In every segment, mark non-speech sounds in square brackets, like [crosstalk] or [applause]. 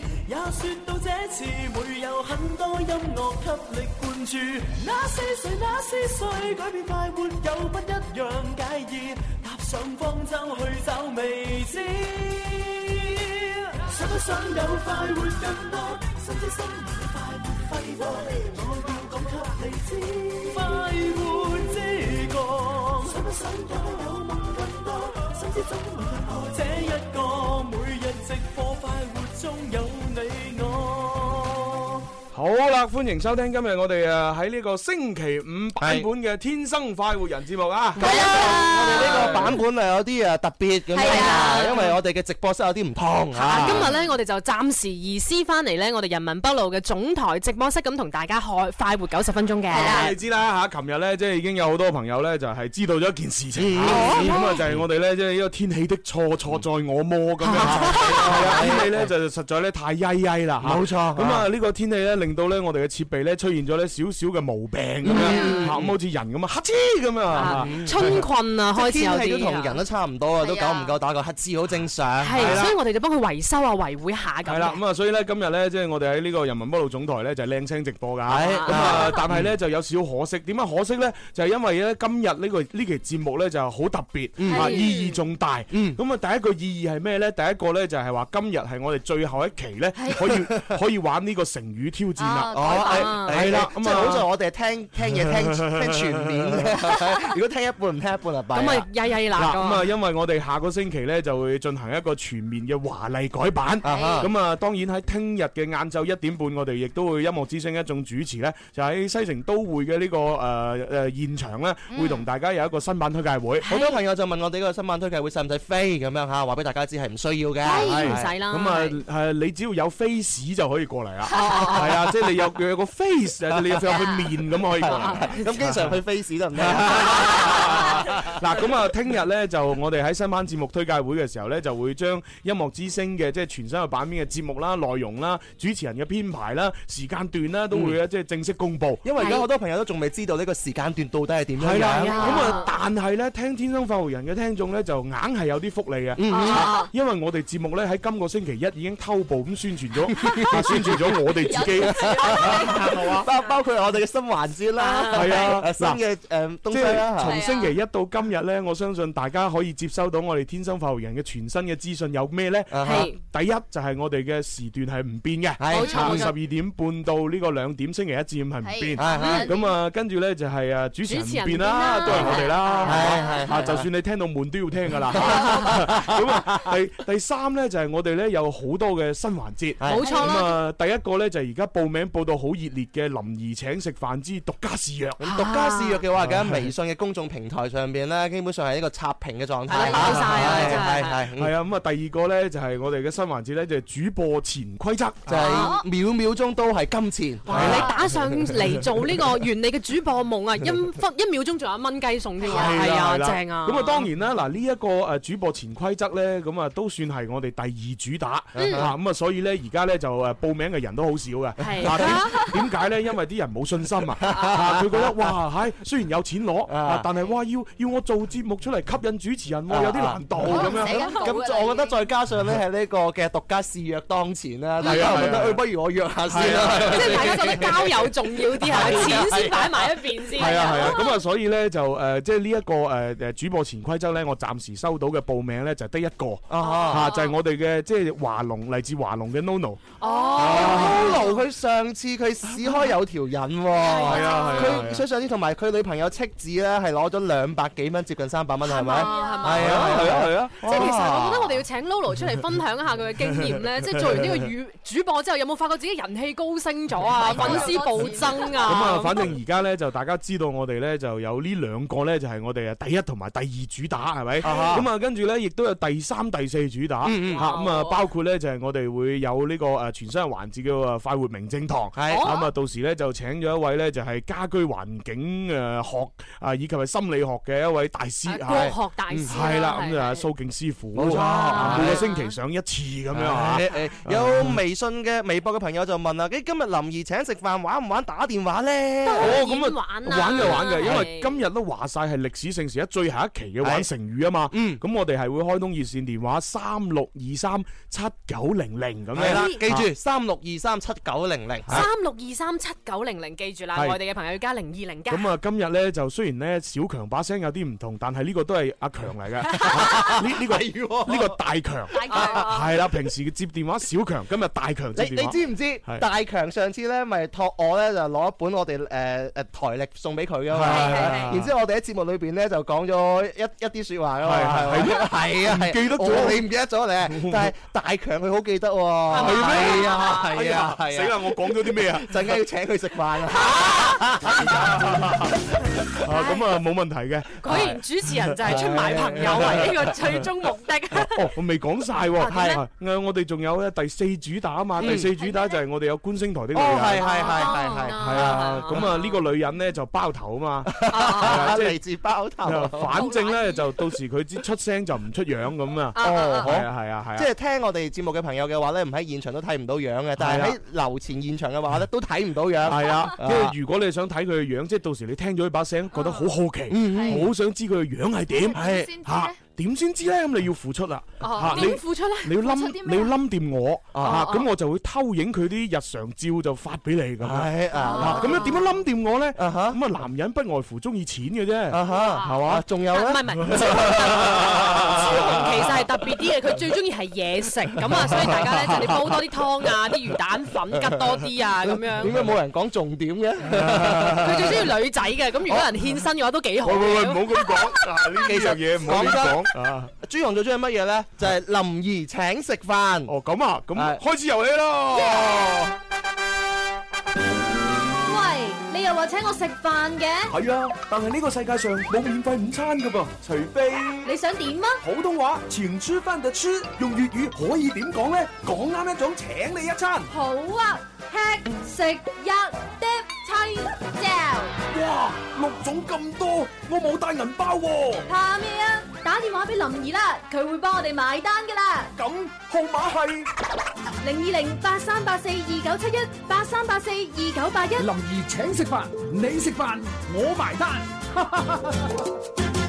說到這次，會有很多音樂給力灌注。那是誰？那是誰？改變快活有不一樣介意。踏上方舟去找未知。想不想有快活更多？心知心明快活揮霍，我要講給你知。快活之歌。想不想有有夢更多？心知總會有我這一個，每日直播快活中有你我。好啦，歡迎收聽今日我哋誒喺呢個星期五版本嘅《天生快活人》節目啊！係啊我哋呢個版本啊有啲啊特別咁係樣啊啊，因為我哋嘅直播室有啲唔同啊。今日咧，我哋就暫時移師翻嚟咧，我哋人民北路嘅總台直播室咁，同大家開快活九十分鐘嘅。咁你知啦嚇，琴日咧即係已經有好多朋友咧就係知道咗一件事情嚇，嗯咁啊就係我哋咧即係呢個天氣的錯錯在我魔咁樣，係啊天氣咧就實在咧太曳曳啦嚇，冇錯咁啊呢個天氣咧令到咧我哋嘅設備咧出現咗咧少少嘅毛病咁樣嚇，咁好似人咁啊黑黐咁啊啊。嗯春困啊，開始有天氣啲都同人都差唔多啊，都夠唔夠打個乞嗤好正常。係，啊所以我哋就幫佢維修啊、維護一下係咁啦，嘅。咁啊，所以咧今日咧，即係我哋喺呢個人民北路總台咧就係靚聲直播㗎，係咁啊，但係咧就有少可惜，點解可惜咧？就係因為咧今日呢個呢期節目咧就好特嗯別，啊意義重大，咁啊第一個意義係咩咧？第一個咧就係話今日係我哋最後一期咧可以可以玩呢個成語挑戰啦，哦，係係啦啦，咁啊即係好在我哋係聽聽嘢 [laughs] 聽聽全 [laughs] 面 [laughs] 嘅，如果聽一半唔聽一半啊，弊咁啦啊，曳曳嗱啦咁咁啊，啊。因為我哋下個星期咧就會進行一個全面嘅華麗改版，啊哈咁啊當然喺聽日嘅晏晝一點半，我哋亦都會音樂之聲一眾主持咧，就喺西城都會嘅呢個誒誒現場咧，嗯會同大家有一個新版推介會。好多朋友就問我哋個新聞推介會使唔使飛咁樣嚇，話俾大家知係唔需要嘅。唉唔係使啦。咁啊，誒你只要有 face 就可以過 [laughs] 嚟啦，係啊，即係你有有個 face，你有有個面 [laughs] 咁可以過嚟。咁經常去 face 得唔 [laughs] 得？嗱，咁啊，聽日咧就我哋喺新版節目推介會嘅時候咧，就會將音樂之聲嘅即係全新嘅版面嘅節目啦、內容啦、主持人嘅編排啦、時間段啦，都會即係正式公佈。因為而家好多朋友都仲未知道呢個時間段到底係點樣係啦，樣咁啊啊，但係咧，聽天生發號人嘅聽眾咧，就硬係有啲福利嗯嘅，啊因為我哋節目咧喺今個星期一已經偷步咁宣傳 [laughs] 咗，啊宣傳咗我哋自 [laughs] 己，係嘛？包包括我哋嘅新環節啦，係啊 [laughs] 誒新嘅誒東即西係啦，啊從星期一到今日咧，我相信大家可以接收到我哋天生發號人嘅全新嘅資訊有咩咧？啊係第一就係我哋嘅時段係唔變嘅，係冇錯十二點半到呢個兩點，星期一至五係唔變。係咁啊，跟住咧就係啊主持人主持人唔變啦，唔變啦都係我哋啦，係係係啊，就算你聽到悶都要聽 [laughs] 噶啦。咁啊，第第三咧就係我哋咧有好多嘅新環節。係冇錯咁啦。啊，第一個咧就係而家報名報到好熱烈嘅林兒請食飯之獨家試藥。咁啊獨家試約嘅話，而家微信嘅公眾平台上邊咧，基本上係一個刷屏嘅狀態，係啦有晒啊真係係係係啊，咁啊，第二個咧就係我哋嘅新環節咧，就係主播潛規則。啊就係秒秒鐘都係金錢，哇你打上嚟做呢個完美嘅主播夢啊，一 [laughs] 分一秒鐘仲有一蚊雞送添啊！係啊，係啦正啊！咁啊，當然啦，嗱呢一個誒主播潛規則咧，咁啊都算係我哋第二主打嗯啊，咁啊，所以咧而家咧就誒報名嘅人都好少嘅。係嗱點點解咧？因為啲人冇信 [laughs] 心啊，啊佢覺得哇，唉，雖然有錢攞，啊啊但係哇要要我做節目出嚟吸引主持人喎，有啲難度咁樣。咁我覺得再加上咧係呢個嘅獨家試約當前啦，大係家啊覺係啊得，哎不如我約下先啦。即係啊大家覺得交友重要啲，係咪錢先擺埋一邊先？係啊係啊，咁啊所以咧就誒，即係呢一個誒誒主播潛規則咧，我暫時收到嘅報名咧就得一個，啊嚇就係我哋嘅即係華龍嚟自華龍嘅 NoNo， Polo 佢上次佢試開有條引係喎。啊係啊佢，佢上次同埋佢女朋友戚子咧，係攞咗兩百幾蚊，接近三百蚊，係咪？係啊啊，係啊，係啊！即係其實哦我覺得我哋要請 Lolo 出嚟分享一下佢嘅經驗 [laughs] 咧，即係做完呢個主主播之後，有冇發覺自己人氣高升咗啊，粉絲暴增啊？咁啊，反正而家咧就大家知道我哋咧就有呢兩個咧就係我哋嘅呃第一同埋第二主打係咪？哈咁啊跟住咧亦都有第三、第四主打嚇嗯嗯咁啊，包括咧就係我哋會有呢個誒全新嘅環節叫做呃快活明正堂，係咁啊呃到時咧就請咗一位咧就係家居環境誒學啊以及係心理學嘅一位大師啊嚇國學大師係啦，咁就係係蘇敬師傅，冇錯哇每個係星期上一次咁樣啊嚇。誒誒有微信嘅、微博嘅朋友就問啦：，誒今日林怡請食飯，玩唔玩打電話咧？哦，當然咁啊，玩啦玩就玩嘅，因為係今日都話晒係歷史性時一最後一期嘅玩係成語啊嘛。嗯，咁我哋係會開通熱線電話三六二三七九零零咁係樣。啊啦，嗯記住三六二三七九零零。三六二三七九零零，記住啦，係外地嘅朋友要加零二零加。咁啊，今日咧就雖然咧小強把聲有啲唔同，但係呢個都係阿強 [laughs] 嚟嘅，呢呢個呢個大強。大家係啦，平時接電話小強，今日大強接你電你話。知唔知係大強上次咧咪託我咧就攞一本我哋誒誒呃台歷送俾佢噶嘛，係係係然之後我哋喺節目裏邊咧就講咗一一啲説話噶嘛，係係係係啊，係唔記得咗我你唔記得咗咧，但係大強佢好記得喎，係咩啊哎係呀啊係死啊，啦！我講咗啲咩啊？陣間要請佢食飯啊！啊咁啊冇問題嘅。果然主持人就係出賣朋友為呢個最終目的。哦，我未講晒喎，啊點咧嗯係誒我哋仲有咧第四主打啊嘛，第四主打就係我哋有觀星台的女哦係人，係係係係。係啊，咁啊呢個女人咧就包頭 [laughs] 啊嘛，啊，即係嚟自包頭啊啊，反正咧就到時佢知出聲就唔出樣咁啊，哦係啊係啊係啊即。係聽我哋節目嘅朋友嘅話咧，唔喺現場都睇唔到樣嘅，但係喺樓前現場嘅話咧，都睇唔到樣。系啊， [laughs] 啊因為如果你想睇佢嘅樣，即係到時你聽咗佢把聲，覺得好好奇，好想知佢嘅樣係點，係點先知嚇呢點先知咧？咁你要付出啦，嚇你點付出咧？你要付冧出啲你咩要啊冧掂我啊嚇，咁我就會偷影佢啲日常照就發俾你咁樣。係啊，啊咁樣點樣冧掂我咧？啊哈咁啊，男人不外乎中意錢嘅啫，啊哈，係啊嘛？仲唔係唔係，朱紅有咧， [laughs] 其實係特別啲嘅，佢最中意係嘢食咁 [laughs] 啊，所以大家咧就你煲多啲湯啊，啲魚蛋粉吉多啲啊 [laughs] 咁點樣。解冇人講重點嘅？ [laughs] 佢最中意女仔嘅，咁如果有人獻身嘅話都幾好喂喂喂，唔嘅。好咁講啊！呢 [laughs] 呢樣嘢唔好亂講啊！朱紅最中意乜嘢咧？就係林兒請食飯。哦，咁啊，咁係開始遊戲咯。喂，你又話請我食飯嘅，係啊，但係呢個世界上冇免費午餐噶噃，除非你想點啊？普通話前吃飯就吃，用粵語可以點講呢？講啱一種請你一餐，好啊，吃食一碟青椒，哇，六種咁多，我冇帶銀包喎、怕咩啊？打電話俾林兒啦，佢會幫我哋埋單噶啦。咁號碼係零二零八三八四二九七一八三八四二九八一。林兒請食飯，你食飯，我埋單。 [laughs]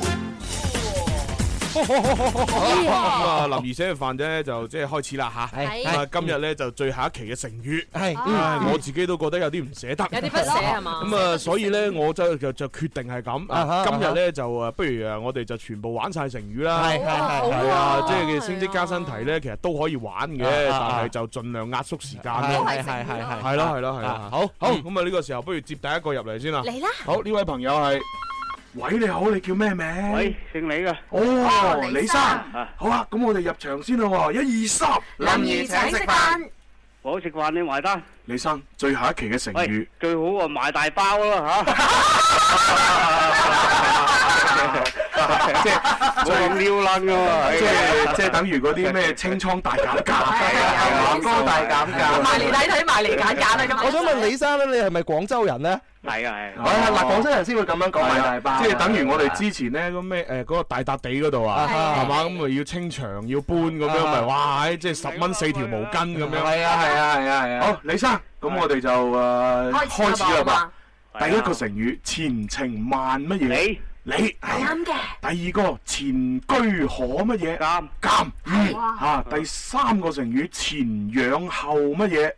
咁啊！林兒寫嘅飯啫，就即係開始啦吓。係啊咁啊，今日呢，就最後一期嘅成語，係唉我自己都覺得有啲唔捨得，有啲不捨係 [laughs] 嘛咁啊，所以呢，我就就就決定係咁。啊哈啊啊今哈日呢，就啊，不如啊，我哋就全部玩晒成語啦。係係係。係啊，即係係嘅升職加薪題咧，其實都可以玩嘅，啊啊但係啊就盡量壓縮時間係咯。係係係係咯係咯係咯啊，好好好咁啊！呢個時候不如接第一個入嚟先啦。嚟啦，好，呢位朋友係，喂你好，你叫咩名？喂，姓李嘅，哦，李生啊，好啊，咁我哋入場先啦喎，一二三，林兒請食飯，我食飯你埋單。李生最後一期嘅成喂語，，最好啊買大包啦吓。 [laughs] 即冇係咁撩楞噶嘛，啊即係即係等於嗰啲咩清倉大減價，啊馬大減埋價嚟睇睇，埋嚟揀揀啦咁。啊我想問李生咧，你係咪廣州人咧？係啊係啊，係嗱，廣州人先會咁樣講埋啊大包即係等於我哋之前咧嗰咩誒嗰個大笪地嗰度啊，啊係嘛咁咪要清場要搬咁樣，咪哇唉即係十蚊四條毛巾咁樣。係啊係啊係啊係好，李生，咁我哋就誒開始啦嘛。第一個成語前程萬乜嘢？李你係啱嘅，第二個前居可乜嘢？監監嗯啊！第三個成語前仰後乜嘢？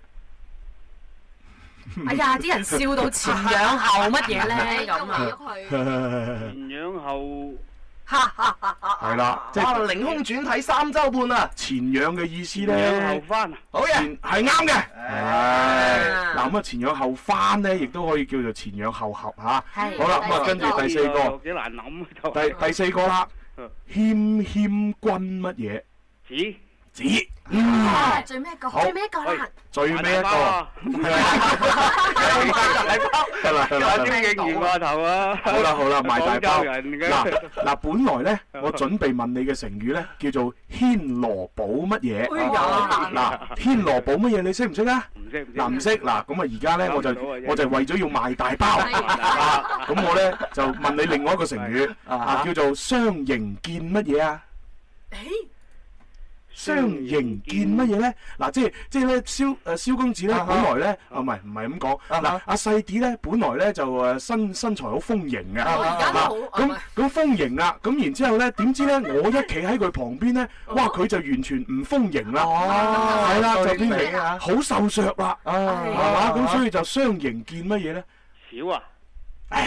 哎呀，啲人笑到前仰後乜嘢 [laughs] 咧咁啊！佢，前仰後係啦，即啊，係凌空轉體三周半啊！前仰嘅意思仰咧後。翻啊，好嘢。前係啱嘅，係嗱咁啊前仰後翻咧，亦都可以叫做前仰後合吓。係好啦，咁啊跟住第四個，幾難諗啊第第四個啦，謙謙君乜嘢？嗯就子子，Ờ. 啊最尾一個，最尾一個啦，最尾一大包個啊得啦得啦得啦。有啲應話頭啊，好啦好啦，賣大包。廣州人嘅嗱嗱，[laughs] 本來咧，我準備問你嘅成語咧，叫做牽羅寶乜嘢？啊嗱，牽羅寶乜嘢你識唔識啊？唔識唔識嗱唔識嗱，咁啊而家咧搞我唔就到啊真係我就為咗要賣大包啊，咁我咧就問你另外一個成語啊，叫做相形見乜嘢啊？相形見乜嘢咧？嗱，即係即係咧，蕭誒蕭公子咧，啊哈本來咧啊，唔係唔係咁講。啊嗱哈，阿細啲咧，本來咧就誒身身材好豐盈嘅。我而家都嗱好，啊唔咁係咁豐盈啦，咁然之後咧，點知咧，我一企喺佢旁邊咧，哇，佢就完全唔豐盈啦，係啦，就變對比成啊好瘦削啦，係嘛？咁所以就相形見乜嘢咧？少啊，嗱，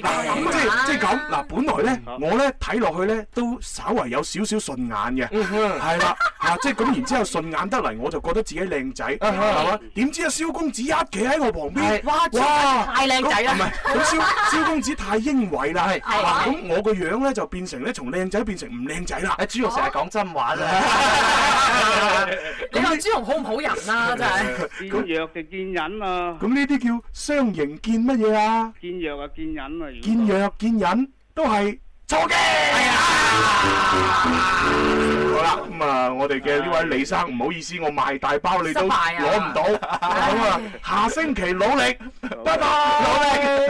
咁即啊係即係咁嗱，本來咧我咧睇落去咧都稍為有少少順眼嗯嘅，係啦，嚇即係咁然之後順眼得嚟，我就覺得自己靚仔，係嘛？點知啊，蕭公子一企喺我旁邊，哇太靚仔啊啦咁唔係咁蕭蕭公子太英偉啦，係咁我個樣咧就變成咧從靚仔變成唔靚仔啦。阿朱玉成日講真話啫。 [laughs] 你話朱紅好唔好人啊？真係見弱就見忍 ờ, 啊，咁呢啲叫相形見乜嘢啊？見弱啊見忍啊，如果見弱見忍都係錯嘅。好啦，咁啊，我哋嘅呢位李生唔好意思，我賣大包你都失敗攞唔啊到，咁啊，下星期努力，拜拜，努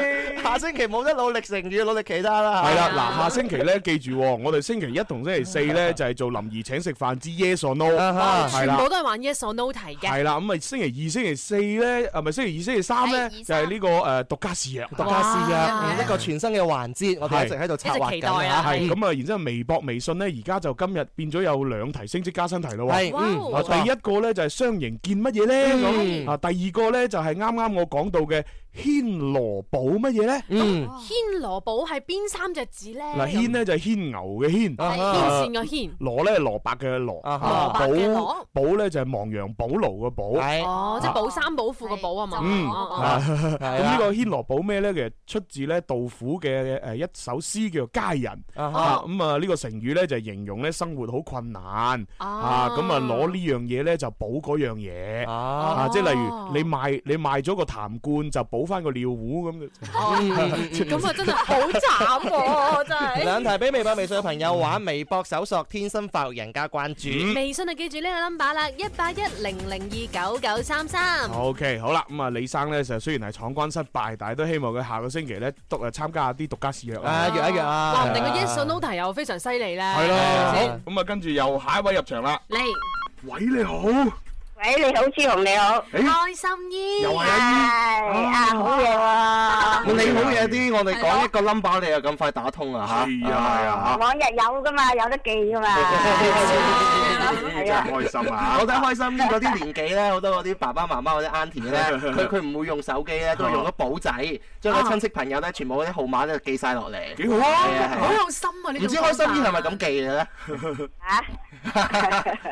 力。下星期冇得努力成語，努力其他啦。系啦，嗱，下星期咧，記住喎，我哋星期一同星期四咧就係做林兒請食飯之 Yes or No，啊係全啦部。都係玩 yes or no 題 [laughs] 嘅。係啦，咁啊星期二、星期四咧，啊唔係星期二、星期三咧，係就係呢個誒獨家試藥。獨家試嗯哇約一個全新嘅環節，我哋一直喺度策劃一直期緊待啊啊。係咁啊，然之後微博、微信咧，而家就今日變咗有兩題升職加薪題咯喎。係，嗯，哇啊冇第錯。一個咧就係雙形見乜嘢咧嗯咁啊，第二個咧就係啱啱我講到嘅牽羅寶乜嘢咧？嗯，牽羅寶係邊三隻字咧？嗱，牽咧就係牽牛嘅牽，係牽線嘅牽，羅咧係蘿蔔嘅羅，啊蘿哈，蔔嘅羅。寶咧就係亡羊補牢嘅寶。啊係，哦，即係保三保父嘅保啊嘛。嗯哦係咁呢啦個牽羅寶咩咧？其實出自咧杜甫嘅誒一首詩叫做《佳人》啊哈啊，咁啊呢個成語咧就係形容咧生活好困難哦啊，咁啊攞呢樣嘢咧就補嗰樣嘢。啊，啊！即係例如哦你賣你賣咗個痰罐就補翻個尿壺咁，嗯 [laughs] [laughs] 咁啊，真係好慘喎！真係。兩題俾微博、微信嘅朋友玩，微博搜索「天生發育人家」關嗯注。微信就記住呢個 number 啦，一八一零零二九九三三。 OK，好啦，咁啊李生咧就雖然係闖關失敗，但係都希望佢下個星期咧獨誒參加下啲獨家試藥啊，啦。約一約啊。話唔定個 yes or no 題又非常犀利咧。係咯，啊好咁啊，跟住又下一位入場啦。嚟喂，你好，誒喂，你好，朱紅你好，開心姨，又係阿姨。係啊，好嘢啊喎，你好嘢啲，我哋講一個 number 你又咁快打通啦嚇。係啊係 ờ. 啊，往日有噶嘛，有得記噶嘛，Ờ. 真係係啊，開心啊！我覺得開心啲嗰啲年紀咧，好多嗰啲爸爸媽媽嗰啲 auntie 咧， [laughs] 佢佢唔會用手機咧，都係用咗簿仔，將個親戚朋友咧全部嗰啲號碼咧記晒落嚟。幾好係哦啊 Dạ. 啊！係好啊有心啊！呢唔知開心啲係咪咁記嘅 [laughs] 咧？嚇，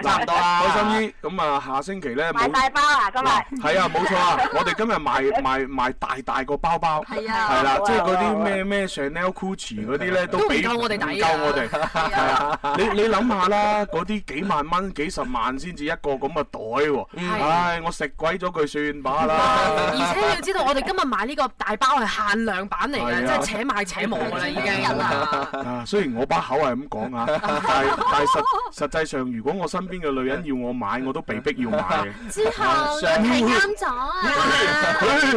差唔多啦。開心姨，咁啊，下星期咧買冇。大包啊，今日。係啊，冇錯啊！我哋今日賣賣賣大大個包包，係啊啦，好啊即係嗰好啊好啲啊咩咩 Chanel、Gucci 嗰啲咧，都都唔俾夠我哋抵唔啊夠我哋。係啊，你你諗下啦，嗰啲幾萬蚊、幾十萬先至一個咁嘅袋喎，係唉，我食鬼咗佢算把啦。而且你要知道，我哋今日買呢個大包係限量版嚟係嘅，啊即係且買且冇噶啦，已經。 [laughs] 啊，雖然我把口係咁講 [laughs] 啊，但係但係實實際上，如果我身邊嘅女人要我買，我都被逼要買嘅。之後你睇啱咗啊！隔離啊，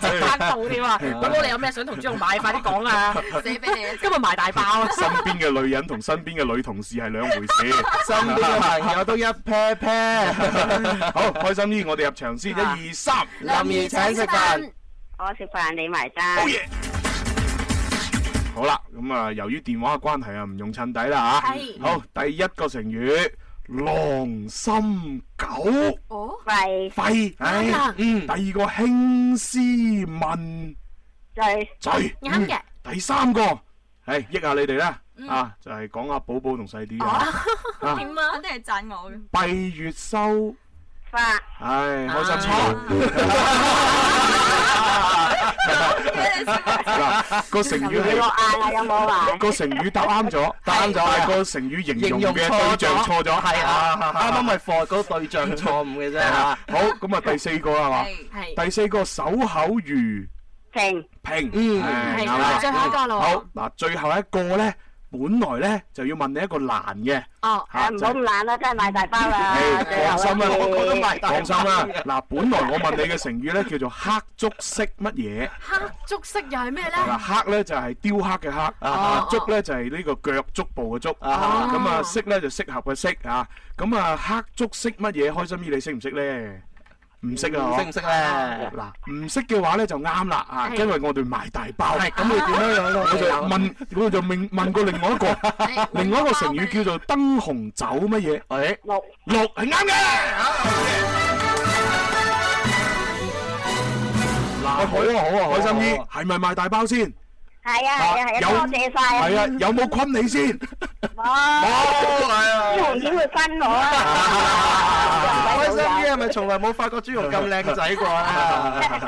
即刻到添啊！咁我哋有咩想同朱紅買，快啲 [laughs] 講啊！寫俾你啊！今日買大包啊！身邊嘅女人同身邊嘅女同事係兩回事。身邊嘅朋友都一 pair pair。 [laughs] 好，開心啲，我哋入場先，一啊二三，林兒請食飯，我食飯你埋單。好嘢！好啦，咁啊，由於電話嘅關係啊，唔用襯底啦係吓。好，第一個成語狼心狗哦，喂，肺，唉啱啦，嗯。第二個興師問最罪，Ừ. 啱嘅。第三個，唉，益下你哋啦，啊，就係講下寶寶同細啲啊。啊點啊？肯定係讚我嘅。閉月羞，花，唉，開心啲。Ờ. 嗱個成語又要係落眼啦，有冇啊？個成語答啱咗，答啱咗，但係個成語形容嘅對象錯咗，係啊，啱啱咪貨嗰對象錯誤嘅啫嚇。好，咁啊第四個啦係嘛？第四個守口如情瓶，嗯係係啱啦最後一個咯好嗱，最後一個咧，本來咧就要問你一個難嘅，哦，嚇啊，唔好咁懶啦，真係買大包啦，Ờ, 最誒，後放心一啦，次放心啦。嗱，本來我問你嘅成語咧叫做黑竹式乜嘢？黑竹色又係咩咧？嗱，黑咧就係雕刻 Ờ. 嘅黑，啊哦竹咧就係呢個腳足部嘅足，啊咁啊適咧就適合嘅適啊。咁啊黑竹式乜嘢？開心姨你識唔識咧？唔識啊，識唔識咧？嗱，唔識嘅話咧就啱啦啊，係因為我哋賣大包。係咁，你點樣樣咧？我就問，我就問問過另外一個，另外一個成語叫做燈紅酒乜嘢？誒，六六係啱嘅。嗱，好啊好啊，開心姨，係咪賣大包先？係啊係啊係啊，多謝晒啊係啊，有冇坤你先？冇係朱紅點會分我啊？開心啲係咪從來冇發覺朱紅咁靚仔過啊？ [laughs]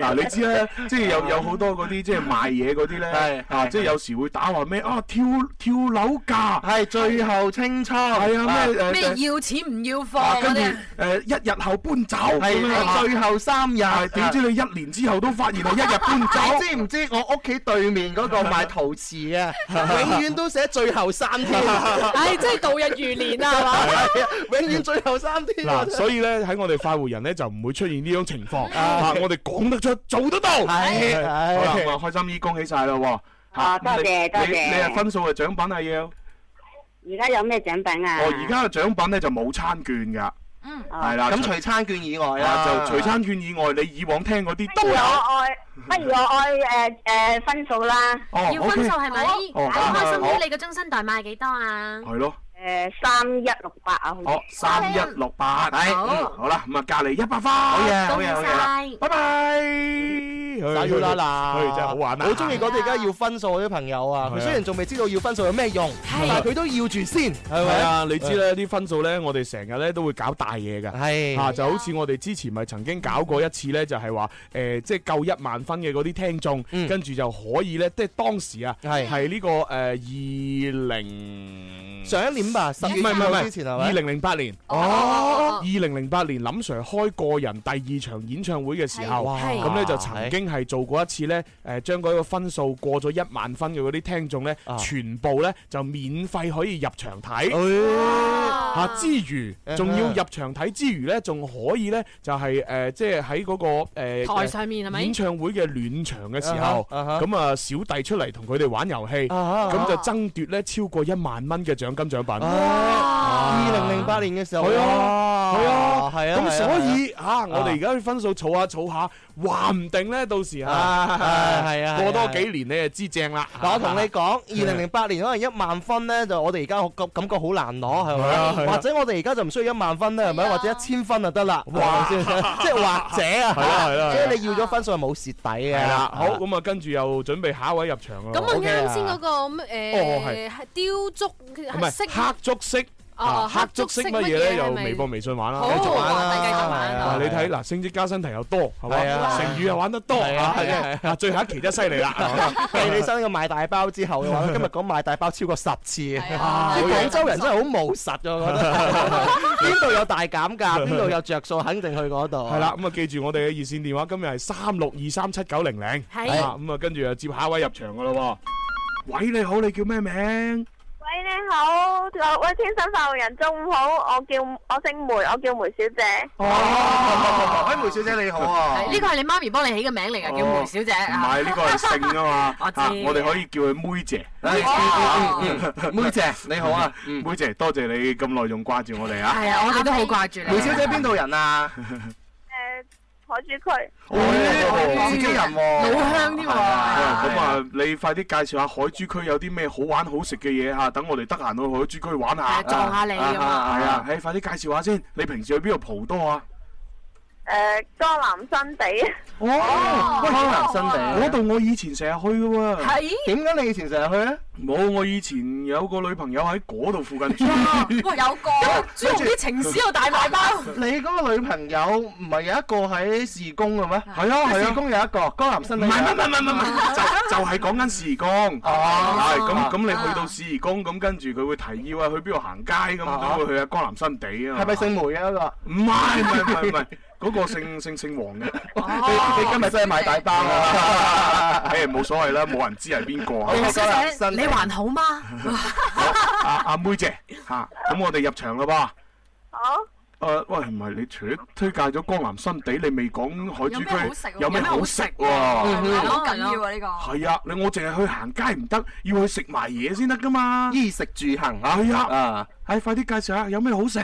嗱，你知咧，即係有有好多嗰啲即係賣嘢嗰啲咧係，啊，即係有時會打話咩啊跳跳樓價，係最後清倉，係啊咩誒咩誒要錢唔要啊貨嗰跟住啲啊？誒一日後搬走咁樣啊係最後三日啊但係。點知你一年之後都發現係一日搬走。 [laughs] 你知唔知我屋企對面嗰個賣陶瓷啊，永遠都寫最後三天，唉，真係度日如年啊，係 [laughs] 嘛？永遠最後三天。嗱，所以咧喺我哋快活人咧就唔會出現呢種情況，啊，我哋講得出，做得到。係好啦，係咁啊開心姨恭喜晒啦喎！啊多謝你你多謝你係分數嘅獎品係要，哦而家有咩獎品啊？而家嘅獎品咧就冇餐券㗎，係啦，咁除餐券以外啦，啊就除餐券以外，你以往聽嗰啲不都如有。我愛，不如我愛誒誒分數啦，哦要分 OK，數係咪？哦咁 ờ. Ờ, 好開心好啲，你嘅終身代碼係幾多啊？係咯，誒三一六八啊，好好似三一六八，係嗯好啦，咁啊隔離一百分，好好嘢，好恭喜嘢，好嘢。晒！[laughs] 拜拜。哎要啦嗱，哎真係好玩啊！好中意嗰啲而家要分數嗰啲朋友啊，佢雖然仲未知道要分數有咩用，但係佢都要住先，係係咪啊？啊，你知咧啲分數咧，我哋成日咧都會搞大嘢㗎。啊，係就好似我哋之前咪曾經搞過一次咧，就係話誒，即係夠一萬分嘅嗰啲聽眾，嗯跟住就可以咧，即係當時啊，係係呢個誒二零上一年吧，十唔係月唔係唔號係之前係二咪？零零八年，哦二，零零八年林 Sir 開個人第二場演唱會嘅時候。係咁咧就曾經係做過一次咧，誒將嗰個分數過咗一萬分嘅嗰啲聽眾咧，啊全部咧就免費可以入場睇。哎嚇啊之餘，嗯仲要入場睇之餘咧，仲可以咧就係誒，即係喺嗰個誒台上面係咪？演唱會嘅暖場嘅時候，啊哈啊哈咁啊小弟出嚟同佢哋玩遊戲，啊咁就爭奪咧超過一萬蚊嘅獎金獎品。啊 Ờ. 二零零八年嘅時候，係啊係啊，係啊，啊咁所以嚇，我哋而家啲分數儲下儲下，話唔定咧到時啊係啊啊，過多幾年啊你就知正啦。嗱，我同你講，二零零八年可能一萬分咧，就我哋而家感感覺好難攞，係係啊係咪？啊或者我哋而家就唔需要一萬分咧，係咪？係啊或者一千分就得啦，哇！即 [laughs] 係或者係啊啊，係啊係啊 [laughs] 所以你要咗分數係冇蝕底嘅。係啦，好咁啊，跟住又準備下一位入哦場咁啦。啊，啱先嗰個哦誒係雕竹唔係係黑竹色哦啊，黑黑竹竹色色乜嘢乜咧？嘢啊又係咪微博、微信玩啦，好，繼續玩。玩啦繼續玩係嗱，啦啊。你睇嗱，升職加薪題又多，係係嘛？啊成語又玩得多，係啊係啊啊，最後一期真係犀利啦。計你生呢個賣大包之後嘅話，今日講賣大包超過十 [laughs] 次，即係係啊廣州人真係好務實㗎，我覺得。 [laughs] 邊度有大減價，邊度有着數，肯定去嗰度。係啦，咁啊，記住我哋嘅熱線電話今日係三六二三七九零零，啊係咁啊，跟住就接下一位入場噶咯喂，你好，你叫咩名？喂，你好，喂，天生快活人，中午好，我叫我姓梅，我叫梅小姐。啊哦喂，梅小姐你好啊呢個係你媽咪幫你起嘅名嚟㗎，叫梅小姐哦唔啊。係呢個係姓啊嘛， [laughs] 我知啊我哋可以叫佢妹姐。妹姐你 [laughs] 好啊，妹姐，多謝你咁耐仲掛住我哋啊！係啊，我哋都好掛住梅你。小姐邊度 [laughs] 人啊？誒，海珠區。哦自己人喎，老鄉添喎啊咁啊，你快啲介紹下海珠區有啲咩好玩好食嘅嘢吓，等我哋得閒去海珠區玩下。誒撞下你咁啊！係啊，誒，快啲介紹下先，你平時去邊度蒲多啊？誒，江南新地，哦，江南新地嗰度我以前成日去嘅喎。係點解你以前成日去咧？啊冇，我以前有個女朋友喺嗰度附近 [laughs] 住。喂，有個朱紅啲情史又大賣 [laughs] 包。你嗰個女朋友唔係有一個喺時工嘅咩？係啊係啊時工有一個江南新唔係唔係唔係唔係唔係，就就係講緊時工。啊係咁咁，你去到時工咁，跟住佢會提議喂去邊度行街咁，啊咁會去下江南新地啊。係咪姓梅啊？嗰個唔係唔係唔係 [laughs] 唔係，嗰個姓姓姓黃嘅。你你今日真係買大包啊！誒冇所謂啦，冇人知係邊個啊。黃小姐新年你還好嗎？阿阿妹姐嚇，咁我哋入場啦噃。誒喂，唔係你除咗推介咗江南新地，你未講海珠區有咩好食 Ừ, 喎？好緊要啊呢個。係啊，你我淨係去行街唔得，要去食埋嘢先得噶嘛。衣食住行啊！係啊，啊，係快啲介紹下有咩好食。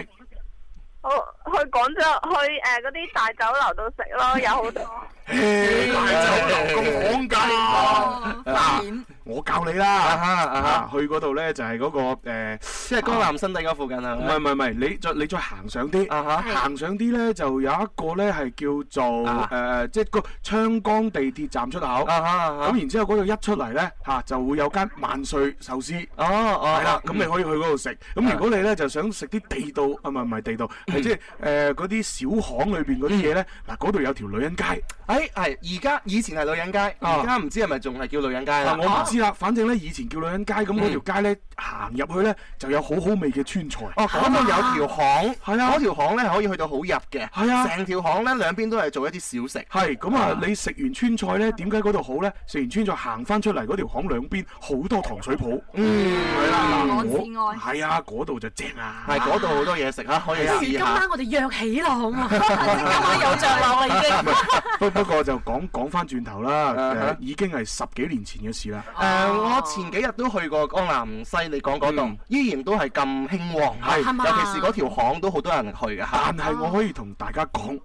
好去廣州去誒嗰啲大酒樓度食咯，有好多。嘿 [laughs] 大酒樓咁講㗎，啊嗱，我教你啊啦。哈啊啊哈，，去嗰度咧就係嗰個誒，即係江南新地嗰附近啊，唔係唔係唔係，你再你再行上啲。啊哈，行上啲咧，就有一個咧係叫做誒、啊呃即係個昌江地鐵站出口。咁、啊哈啊哈，然之後嗰度一出嚟咧嚇，就會有間萬歲壽司。係哦哦，啊啦，咁你可以去嗰度食。咁如果你咧就想食啲地道啊，唔係唔係地道，嗯係即係誒嗰啲小巷裏邊嗰啲嘢咧，嗱嗰度有條女人街，誒係而家以前係女人街，而家唔知係咪仲係叫女人街啦嗯嗱。啊我唔知啦，反正咧以前叫女人街，咁嗰條街咧行入去咧就有好好味嘅川菜。啊哦，嗰度有條巷，係啊嗰條巷咧可以去到好入嘅，係啊成條巷咧兩邊都係做一啲小食，係咁啊啊！你食完川菜咧，點解嗰度好咧？食完川菜行翻出嚟嗰條巷兩邊好多糖水鋪。嗯，係啦，我嗱至我愛係啊，嗰度就正啊，係嗰度好多嘢食啊，可以不如試今下。晚我哋約起啦，好嘛？今晚有着落啦已經。 [laughs] 不不過就講講翻轉頭啦，啊哈誒已經係十幾年前嘅事啦。誒、我前幾日都去過江南西，你講嗰嗯度依然都係咁興旺，係係嘛尤其是嗰條巷都好多人去嘅嚇。但係我可以同大家講，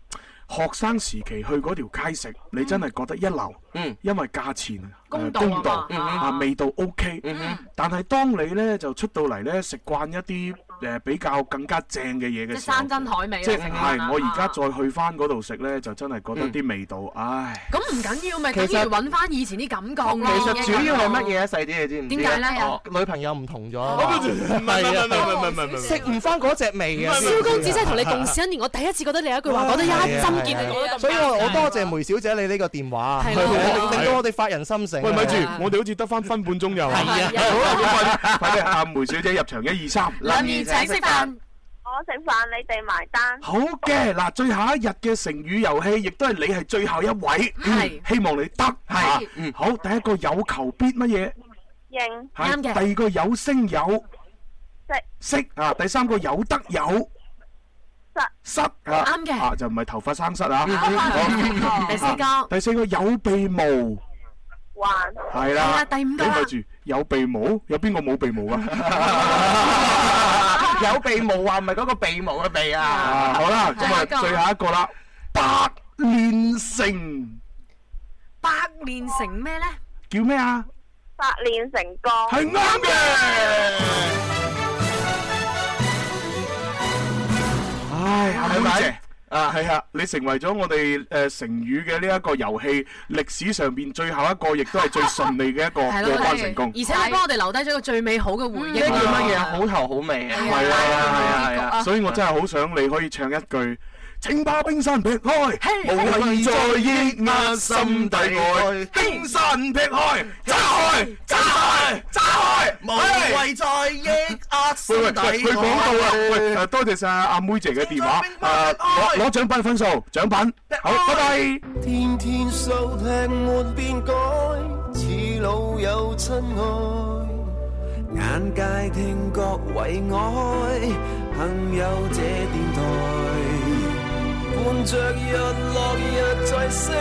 學生時期去嗰條街食，你真係覺得一流，嗯因為價錢呃公道啊公嘛道嗯啊，味道 OK。嗯哼，但係當你呢就出到嚟呢，食慣一啲誒比較更加正嘅嘢即嘅係時候山。珍海味啊即成日係我而家啊再去翻嗰度食呢，就真係覺得啲味道，唉，咁唔緊要，咪其等實於揾翻以前啲感覺咯。其實主要係乜嘢啊？細啲你知唔知？點解咧哦女朋友唔同咗，唔係唔係唔係唔係唔係，食唔翻嗰只味啊！蕭公子真係同你共事一年，我第一次覺得你有一句話哦講得一針見你講得咁啱。所以我我多謝梅小姐你呢個電話，係令咯令到我哋發人心醒。喂，咪住，我哋好似得翻分半鐘又。好係啦，啊，咁快啲，快啲，阿梅小姐入場一二三。林兒請食飯，我食飯，你哋埋單。好嘅，嗱，最後一日嘅成語遊戲，亦都係你係最後一位，嗯係希望你得係。嗯好，第一個有求必乜嘢？應係啱嘅第二個有聲有識色啊，第三個有得有失啊，啱嘅啊就唔係頭髮生虱啊。第四個啊第四個有備無還係係啦啦，第五個你啦咪住有備無，有邊個冇備無 [laughs] 啊？有鼻毛啊，唔係嗰個鼻毛嘅鼻啊，啊！好啦，咁啊下一個最後一個啦，百年城百年成咩咧？叫咩啊？百煉成鋼。係啱嘅。唉，阿係妹咪姐。啊，系啊，你成為咗我哋诶成語嘅呢一個遊戲歷史上边最後一個，亦都係最順利嘅一 [laughs] 個係過關咯，成功。而且你幫我哋留低咗個最美好嘅 Dạ. 回呢憶。叫乜嘢？好頭好味啊！係啊，係啊，係係啊！啊，所以我真係好想你可以唱一句：請把冰山劈開，嘿無謂再抑壓心底愛。冰山劈開，炸開，炸開，炸開，無謂再抑壓喂喂，佢講到啦，喂，誒多謝晒阿妹姐嘅電話，誒攞攞獎品分數，獎品，好，拜拜。天天收聽沒變改，似老友親愛。眼界聽覺為愛，朋友這電台，伴着日落日再升，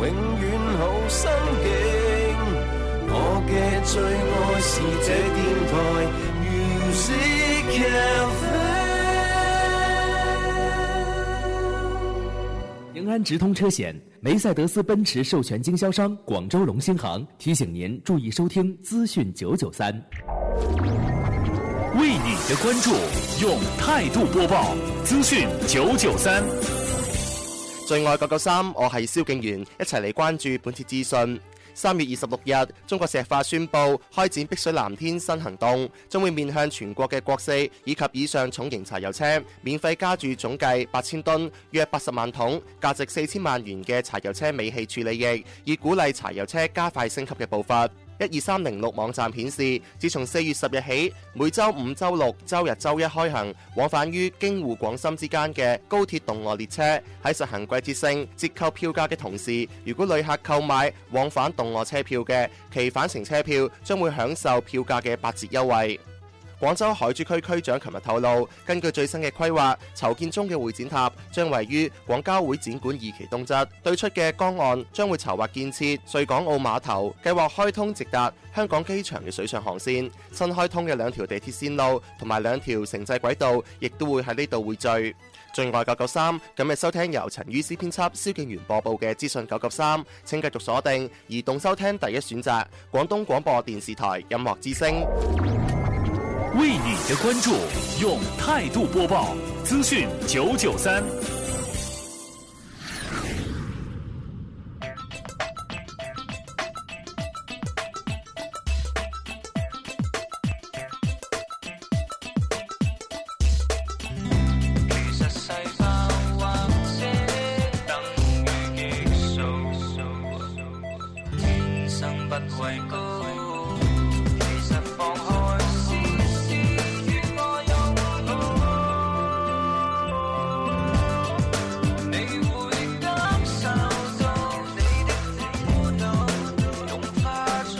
永遠好心境。我嘅最愛是這電台 Music Cafe。平安直通车险，梅赛德斯奔驰授权经销商广州龙兴行提醒您注意收听资讯九九三。为你的关注，用态度播报资讯九九三。最愛九九三，我係蕭敬元，一齊嚟關注本次資訊。三月二十六日，中國石化宣布開展碧水藍天新行動，將會面向全國嘅國四以及以上重型柴油車，免費加注總計八千噸，約八十萬桶，價值四千萬元嘅柴油車尾氣處理液，以鼓勵柴油車加快升級嘅步伐。一二三零六網站顯示，自從四月十日起，每週五、週六、週日、週一開行往返於京滬廣深之間嘅高鐵動卧列車，喺實行季節性折扣票價嘅同時，如果旅客購買往返動卧車票嘅，其返程車票將會享受票價嘅八折優惠。廣州海珠區區長琴日透露，根據最新嘅規劃，籌建中嘅會展塔將位於廣交會展館二期東側，對出嘅江岸將會籌劃建設穗港澳碼頭，計劃開通直達香港機場嘅水上航線。新開通嘅兩條地鐵線路同埋兩條城際軌道，亦都會喺呢度匯聚。最愛九九三，今日收聽由陳於思編輯、蕭敬元播報嘅資訊九九三，請繼續鎖定移動收聽第一選擇廣東廣播電視台音樂之聲。为你的关注，用态度播报资讯九九三。其實細胞或者等於激素，天生不畏高。其實放開試試，與我擁抱，你會感受到你的苦惱融化咗，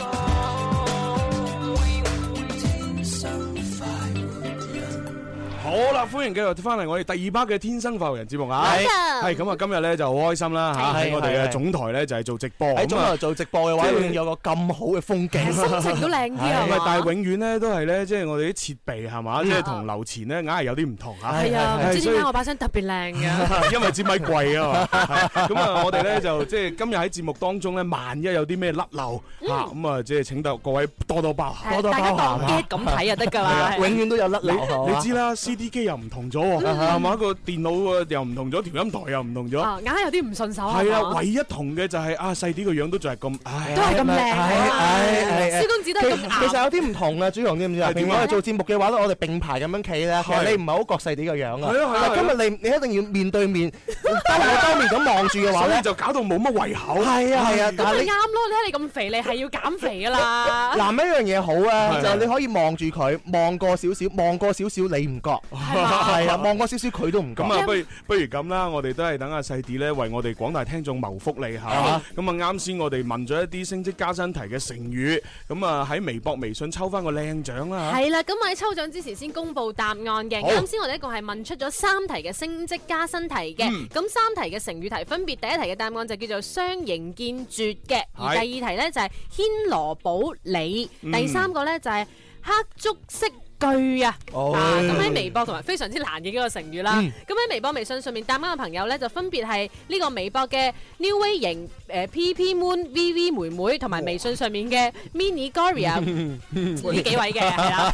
天生快活人。好啦，歡迎繼續翻嚟我哋第二 part 嘅天生快活人節目啊！係係咁啊，今日咧就好開心啦嚇，係喺我哋係嘅係總台咧就係做直播，喺咁中啊國做直播嘅話，即係一定有個咁好嘅風景， [laughs] 唔係但係永遠咧都係咧，即係我哋啲設備係嘛，即係同樓前咧硬係有啲唔同嚇。係啊，唔係知所點以解 [laughs] 我把聲特別靚嘅。因為支咪貴啊嘛，咁啊，我哋咧就即係今日喺節目當中咧，萬一有啲咩甩漏嚇，咁啊，即係請到各位多多包涵，啊係大家當 get 咁睇就得㗎係啦啊。永遠都有甩你流係你嘛知啦，CD 機又唔同咗喎，嗯係嘛個電腦啊又唔同咗，調音台又唔同咗啊，。硬係有啲唔順手係嘛係啊，唯一同嘅就係啊細啲個樣都仲係啊咁，唉都係咁靚係係係係蕭公子都係咁其啱其實有啲唔同啊，朱紅知唔知啊？平時我哋做節目嘅話咧，我哋並排咁樣企咧，其實你唔係好覺細啲個樣啊。係啊係啊但今日你你一定要面 [laughs] 對面，兜口兜面咁望住嘅話所咧以，就搞到冇乜胃口。係啊係啊，但咁係咪你啱。咯！你睇你咁肥，你係要減肥㗎啦。男一樣嘢好啊，係就係你可以望住佢，望過少少，望過少少你唔覺，係啊，望過少少佢都唔覺。咁啊，不如不如咁啦，我哋都係等阿細啲咧，為我哋廣大聽眾謀福利嚇。咁係啊，啱先我哋問咗一啲升職加薪題嘅成語，咁啊喺微博、微信抽翻個靚獎啦。係啦，咁我喺抽獎之前先公布答案嘅。好啱先我哋一共係問出咗三題嘅升職加薪題嘅，嗯咁、三題嘅成語題分別第一題嘅答案就叫做相形見絀嘅，而係第二題呢就係牽羅保里，嗯第三個呢就係黑竹式。句啊，哦啊咁喺微博同埋非常之難嘅一個成語啦。嗯咁喺微博、微信上面答啱嘅朋友呢，就分別係呢個微博嘅 New Way 型、誒 PP Moon、VV 妹妹同埋微信上面嘅 Mini Dạ. Gloria [laughs] 呢 [laughs] 幾位嘅係啦。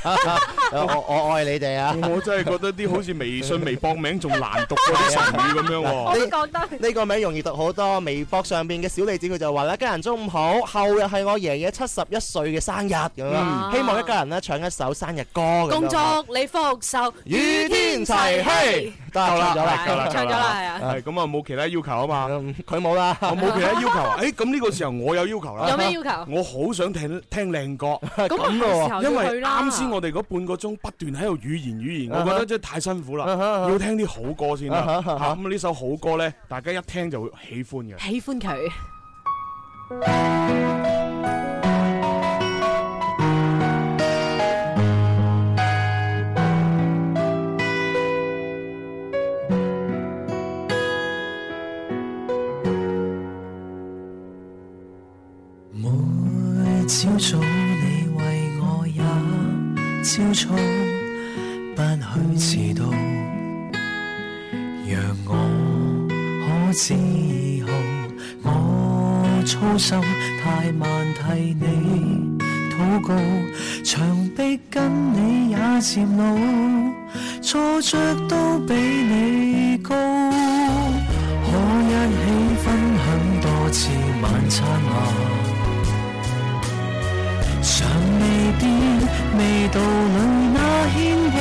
我我愛你哋啊！我真係覺得啲好似微信、微博名仲難讀過啲成語咁 [laughs] 樣我喎。覺得呢個名容易讀好多。微博上邊嘅小李子佢就話啦：家人中午好，後日係我爺爺七十一歲嘅生日咁嗯樣，希望一家人咧唱一首生日歌咁樣。工作你復仇，與天齊嘿，得夠啦唱啦，咗啦，夠啦，唱咗啦係啊係咁啊，冇其他要求啊嘛。嗯佢冇啦，我冇其他要求啊。誒，咁呢個時候我有要求啦。有咩要求我好想聽聽靚歌。咁啊係時候要因去為啦啱先我哋嗰半個鐘不斷喺度語言語言，啊我哈覺得真係太辛苦啦啊哈啊，哈要聽啲好歌先啊哈啦。啊哈嚇咁呢首好歌咧，大家一聽就會喜歡嘅。喜歡佢。每朝早你為我也朝早，不許遲到，讓我可自豪。我操心太慢替你禱告，牆壁跟你也漸老，坐着都比你高。可一起分享多次晚餐嗎？尚未變，味道裏那牽掛。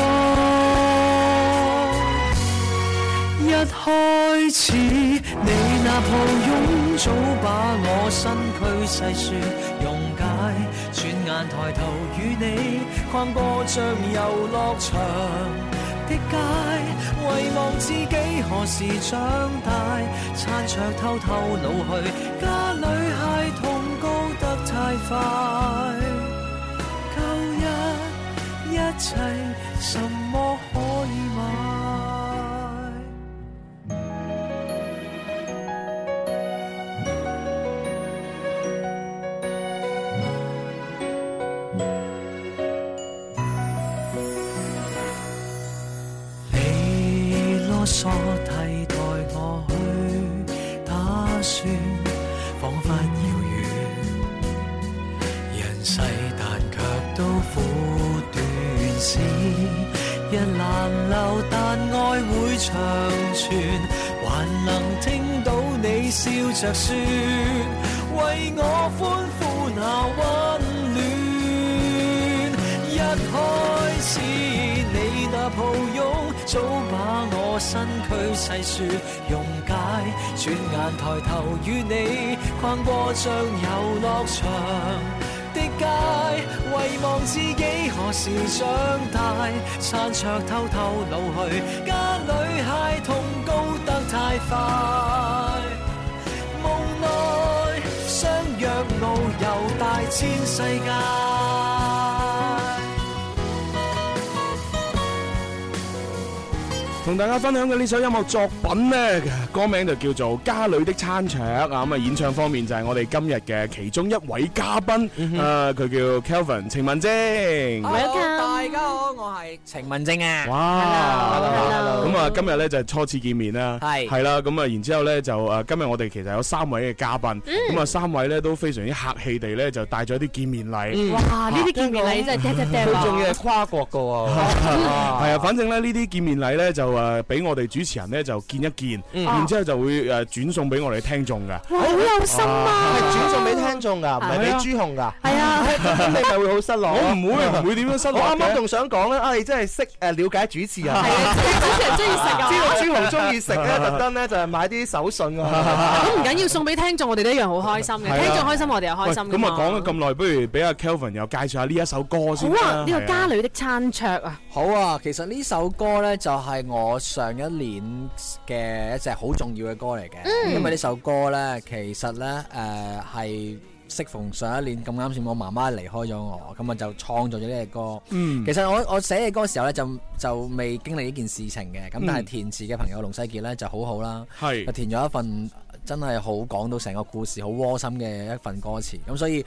一開始，你那抱擁早把我身軀細説溶解，轉眼抬頭與你逛過像遊樂場的街，遺忘自己何時長大，撐着偷偷老去，家裏孩童高得太快，舊日一切什麼可以買？你啰嗦替代我去打算，彷彿遙遠。人世但卻都苦短事，日難留，但愛會長存，還能聽到你笑着説，為我歡呼那温暖。一開始你那抱擁，早把我身軀細説溶解，轉眼抬頭與你逛過像遊樂場的街，遺忘自己何時長大，餐桌偷偷老去，家裏孩童高得太快。無奈相約遨遊大千世界。同大家分享嘅呢首音樂作品呢，歌名就叫做《家裏的餐桌》啊，咁啊演唱方面就係我哋今日嘅其中一位嘉賓，啊佢叫 Kelvin 程文晶。Ừ. 大家好，我係程文正啊。Ờ, 哇！咁啊，今日咧就係初次見面啦，係係啦，咁啊，然之後咧就誒，今日我哋其實有三位嘅嘉賓，嗯咁啊，三位咧都非常之客氣地咧就帶咗啲見面禮，嗯哇！呢啲見面禮真係嗲嗲佢嗲仲要啊係！跨國噶 [laughs] 喎。係啊，反正咧呢啲見面禮咧就誒俾我哋主持人咧就見一見，嗯然之後就會誒轉送俾我哋聽眾嘅。哇好有心啊係轉送俾聽眾㗎，唔係俾係啊朱紅㗎。係啊，咁你咪會好失落。[laughs] [laughs] 我唔會唔會點樣失落嘅我啱啱仲想講咧，啊，你真係識誒了解主持人。主持人中意食啊，知道朱紅中意食 [laughs] 咧，特登咧就係買啲手信啊。咁唔緊要，送俾聽眾，我哋都一樣好開心係啊嘅。聽眾開心，我哋又開心㗎喂咁嘛啊，講咗咁耐，不如俾阿 Kelvin 又介紹下呢一首歌先好啦啊！呢個係家裏的餐桌啊，好啊，其實呢首歌呢，就係我上一年嘅一隻好重要嘅歌嚟嘅，嗯因為呢首歌呢，其實呢，誒係適逢上一年咁啱先，我媽媽離開咗我，咁我就創造咗呢隻歌。嗯其實我我寫嘅歌嘅時候呢，就就未經歷呢件事情嘅，咁但係嗯填詞嘅朋友龍世傑呢，就好好啦，係就填咗一份真係好講到成個故事好窩心嘅一份歌詞，咁所以。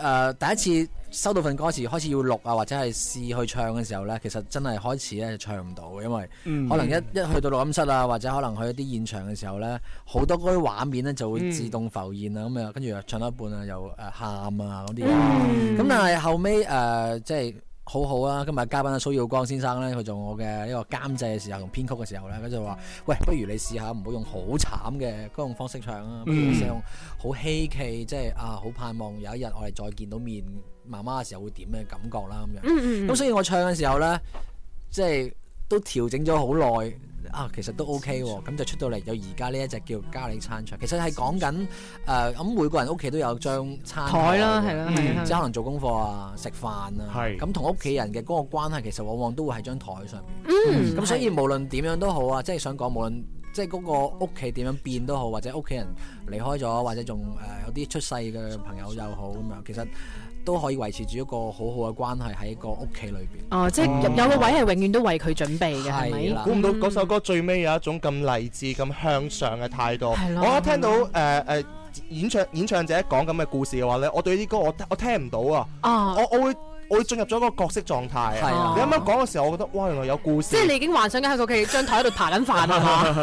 誒、第一次收到份歌詞，開始要錄啊，或者係試去唱嘅時候呢，其實真係開始咧唱唔到嘅，因為嗯可能一一去到錄音室啊，或者可能去一啲現場嘅時候呢，好多嗰啲畫面呢就嗯會自動浮現啊，咁啊、跟住又唱到一半啊，又誒喊啊嗰啲啊，嗯咁、但係後尾誒、呃即係。好好啊！今日嘉賓啊蘇耀光先生呢，佢做我嘅一個監製嘅時候同編曲嘅時候呢，佢就話：嗯喂，不如你試下唔好用好慘嘅嗰種方式唱啊，不如你試下用好希冀，即係啊，好盼望有一日我哋再見到面媽媽嘅時候會點嘅感覺啦咁樣。嗯嗯咁所以我唱嘅時候呢，即係都調整咗好耐啊，其實都 OK 嗯喎。咁就出到嚟有而家呢一隻叫咖喱餐桌，其實係講緊誒，咁、每個人屋企都有張餐台啦嘅係啦嗯係啦即係可能做功課啊、食飯啊，咁同屋企人嘅嗰個關係其實往往都會喺張台上面。嗯咁所以無論點樣都好啊，即係想講無論。即係嗰個屋企點樣變都好，或者屋企人離開咗，或者仲誒、呃有啲出世嘅朋友又好咁樣，其實都可以維持住一個好好嘅關係喺個屋企裏邊。嗯哦，即係有個位係永遠都為佢準備嘅，係係啦咪？啊估唔到嗰首歌最尾有一種咁勵志、咁向上嘅態度。係咯我一聽到誒誒、呃演唱演唱者講咁嘅故事嘅話咧，我對呢啲歌我我聽唔到啊！我我會我會進入咗一個角色狀態哦係啊啊！你啱啱講嘅時候，我覺得哇，原來有故事。即係你已啊經幻想緊喺佢張台度扒 [laughs] 緊飯係 [laughs] 嘛？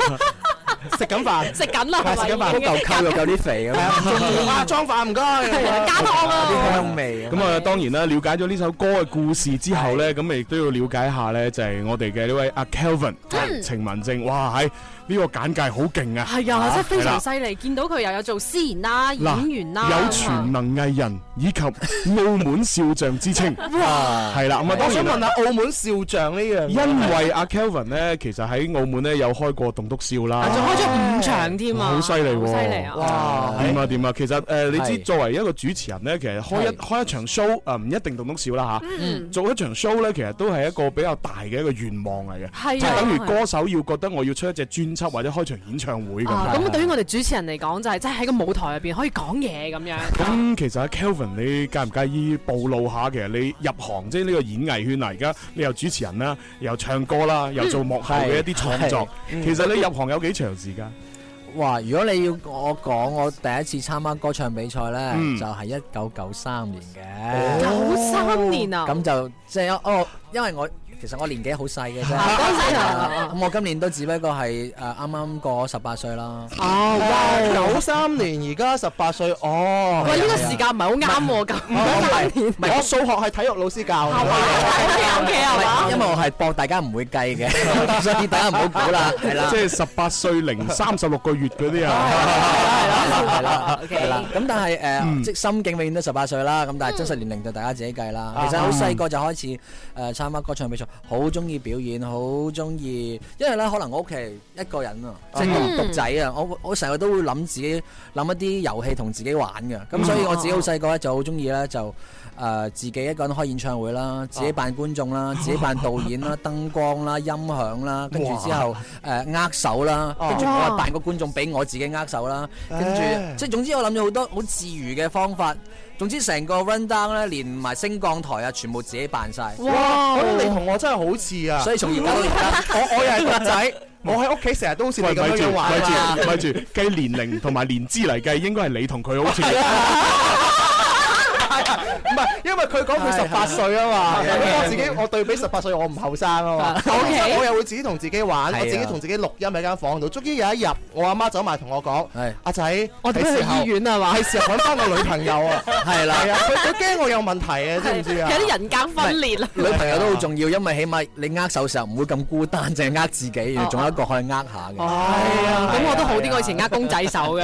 食緊飯，食緊啦，係咪食緊飯已經又有啲肥咁。 [laughs] 啊，裝飯唔該，係啊加多啊有啲 [laughs] 香味咁啊，當然啦，了解咗呢首歌嘅故事之嗯後咧，咁亦都要了解下咧，就係我哋嘅呢位阿 Kelvin 嗯程文正，哇，係呢個簡介好勁啊！係啊，真係非常犀係啦利，見到佢又有做詩言啦、嗱演員啦，有全能藝人以及澳門少將之 [laughs] 稱，哇係啦，咁啊，我當想然啦問下澳門少將呢樣嘢，因為阿 Kelvin 咧，其實喺澳門咧有開過棟篤笑啊啦，仲開咗五場添哦啊好犀利喎！好犀利啊哇！點啊點啊！其實誒，你知係作為一個主持人咧，其實開一係開一場 show 啊誒，唔一定棟篤笑啦嗯嚇，做一場 show 咧，其實都係一個比較大嘅一個願望嚟係啊嘅，即係等於歌手要覺得我要出一隻專輯或者開場演唱會咁。啊咁對於我哋主持人嚟講，就係真係喺個舞台入邊可以講嘢咁樣。咁其實阿 Kelvin，你介唔介意暴露下？其實你入行即係呢個演藝圈啊，而家你又主持人啦，又唱歌啦，又做幕後嘅一啲創作。嗯嗯係其實你入行有幾長時間？哇！如果你要我講，我第一次參加歌唱比賽呢，嗯就係一九九三年嘅。 93年啊咁就即係哦，因為我其實我年紀好細嘅啫。啊咁我今年都只不過係誒呃啱啱過十八歲啦。哦，九三年而家十八歲，哦，喂啊呢個時間唔係好啱喎，咁唔係我數學係體育老師教嘅，因為我係博大家唔會計嘅， [laughs] 所以大家唔好估啦，係啦。即係十八 [laughs] 歲零三十六個月嗰啲啊！係啦，係啦。咁但係誒，即係心境永遠都十八歲啦。咁但係真實年齡就大家自己計啦。其實好細個就開始誒參加歌唱比賽，好中意表演，好中意。因為咧，可能我屋企一個人啊，即係嗯獨獨仔啊，我我成日都會諗自己諗一啲遊戲同自己玩嘅。咁所以我自己好細個咧就好中意咧就。誒、自己一個人開演唱會啦，自己扮觀眾啦，自己扮導演啦、燈光啦、音響啦，跟住之後誒握手啦，跟住哦我係扮個觀眾俾我自己握手啦，跟住唉即係總之我諗咗好多好自娛嘅方法。總之成個 run down 咧，連埋升降台啊，全部自己扮晒。哇！咁 [laughs] 你同我真係好似啊，所以從而家到而我家我又係獨 [laughs] 仔，我喺屋企成日都好似你喂，咪咁樣住，樣玩咪啊住，咪住，計年齡同埋年資嚟計，應該係你同佢好似。啊唔係，因為佢講佢十八歲啊嘛，係係係咁我自己我對比十八歲，我唔後生啊嘛， [laughs] OK 所以我又會自己同自己玩，係啊我自己同自己錄音喺間房度。終於有一日，我阿媽走埋同我講：阿仔，我哋去醫院啊嘛係時候揾翻個女朋友啊！ [laughs] 係啦係啊，佢佢驚我有問題啊，知唔知啊？有啲人格分裂啊啦。女朋友都好重要，因為起碼你握手嘅時候唔會咁孤單，淨係握自啊己，仲有一個可以握下嘅。哦咁我都好啲，我以前呃公仔手嘅。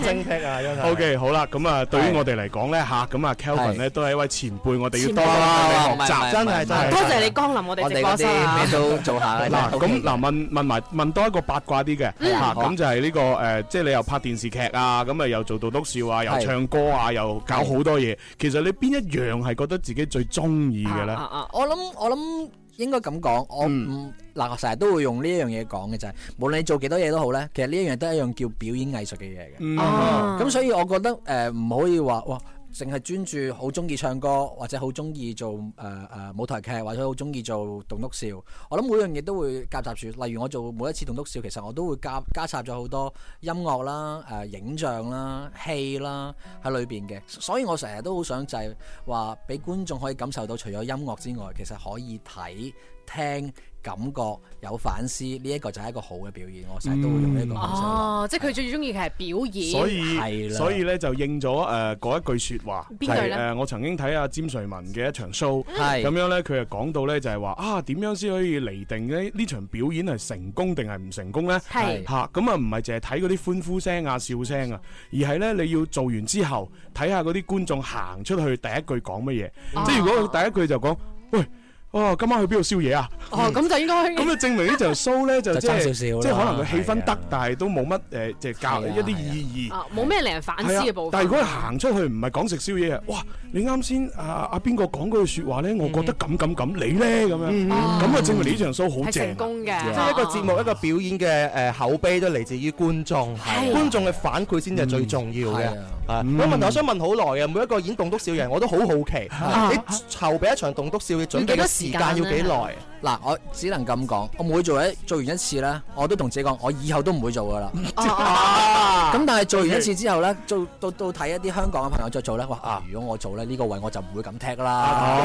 精辟啊，真 O K，好啦，咁啊，對於我哋嚟講咧嚇，咁啊 Kelvin 咧都係一位前輩，我哋前要多輩啲學哇習， [laughs] 真係真係多謝你光臨我哋直播室我哋啊嗰啲咩都做下嘅嗱，真係咁 OK 嗱問問埋問多一個八卦啲嘅嗯嚇，好啊咁就係呢個誒，即係你又拍電視劇啊，咁啊又做棟篤笑啊，又係唱歌啊，又搞好多嘢。其實你邊一樣係覺得自己最中意嘅咧？我諗我諗應該咁講，我嗯唔嗱，我成日都會用呢一樣嘢講嘅就係，無論你做幾多嘢都好咧，其實呢一樣都係一樣叫表演藝術嘅嘢嗯嘅。啊咁所以我覺得誒唔可以話哇。淨係專注好中意唱歌，或者好中意做誒誒、呃舞台劇，或者好中意做棟篤笑。我諗每樣嘢都會夾雜住。例如我做每一次棟篤笑，其實我都會加加插咗好多音樂啦、誒、影像啦、戲啦喺裏邊嘅。所以我成日都好想就係話俾觀眾可以感受到，除咗音樂之外，其實可以睇、聽、感覺有反思，呢、一個就係一個好嘅表演。我成日都會用呢個感受。哦，即係佢最中意嘅係表演。啊所以啦所以咧就應咗誒嗰一句説話，邊句呢嗯誒我曾經睇阿詹瑞文嘅一場 show，係咁樣咧佢就講到咧就係話啊點樣先可以釐定呢呢場表演係成功定係唔成功咧？係嚇咁啊唔係淨係睇嗰啲歡呼聲啊笑聲啊，而係咧你要做完之後睇下嗰啲觀眾行出去第一句講乜嘢，哦即係如果佢第一句就講喂。哦，今晚去邊度宵夜啊？哦，咁就應該咁就證明呢場 show 咧就就即係爭少少啦即係可能佢氣氛得，但係都冇乜誒，即係教係啊一啲意義。啊冇咩令人反思係嘅啊部分。但係如果行出去唔係講食宵夜啊，哇！你啱先啊啊邊個講嗰句説話咧？我嗯覺得咁咁咁，你咧咁樣，咁啊證明你呢場 show 好係成正。功嘅，即係 Dạ. 一個節目一個表演嘅誒口碑都嚟自於觀眾，係啊觀眾嘅反饋先至係最重要嘅嗯係啊。啊有問題我想問好耐嘅，啊每一個演棟篤笑嘅人我都好好奇，啊啊你籌備一場棟篤笑，你準備嘅時間啊要幾耐？？嗱，我只能咁講，我每做一做完一次咧，我都同自己講，我以後都唔會做噶啦。哦 [laughs] 咁但係做完一次之後咧，做到到睇一啲香港嘅朋友再做咧，哇！啊啊如果我做咧呢個位我就唔會咁踢啦。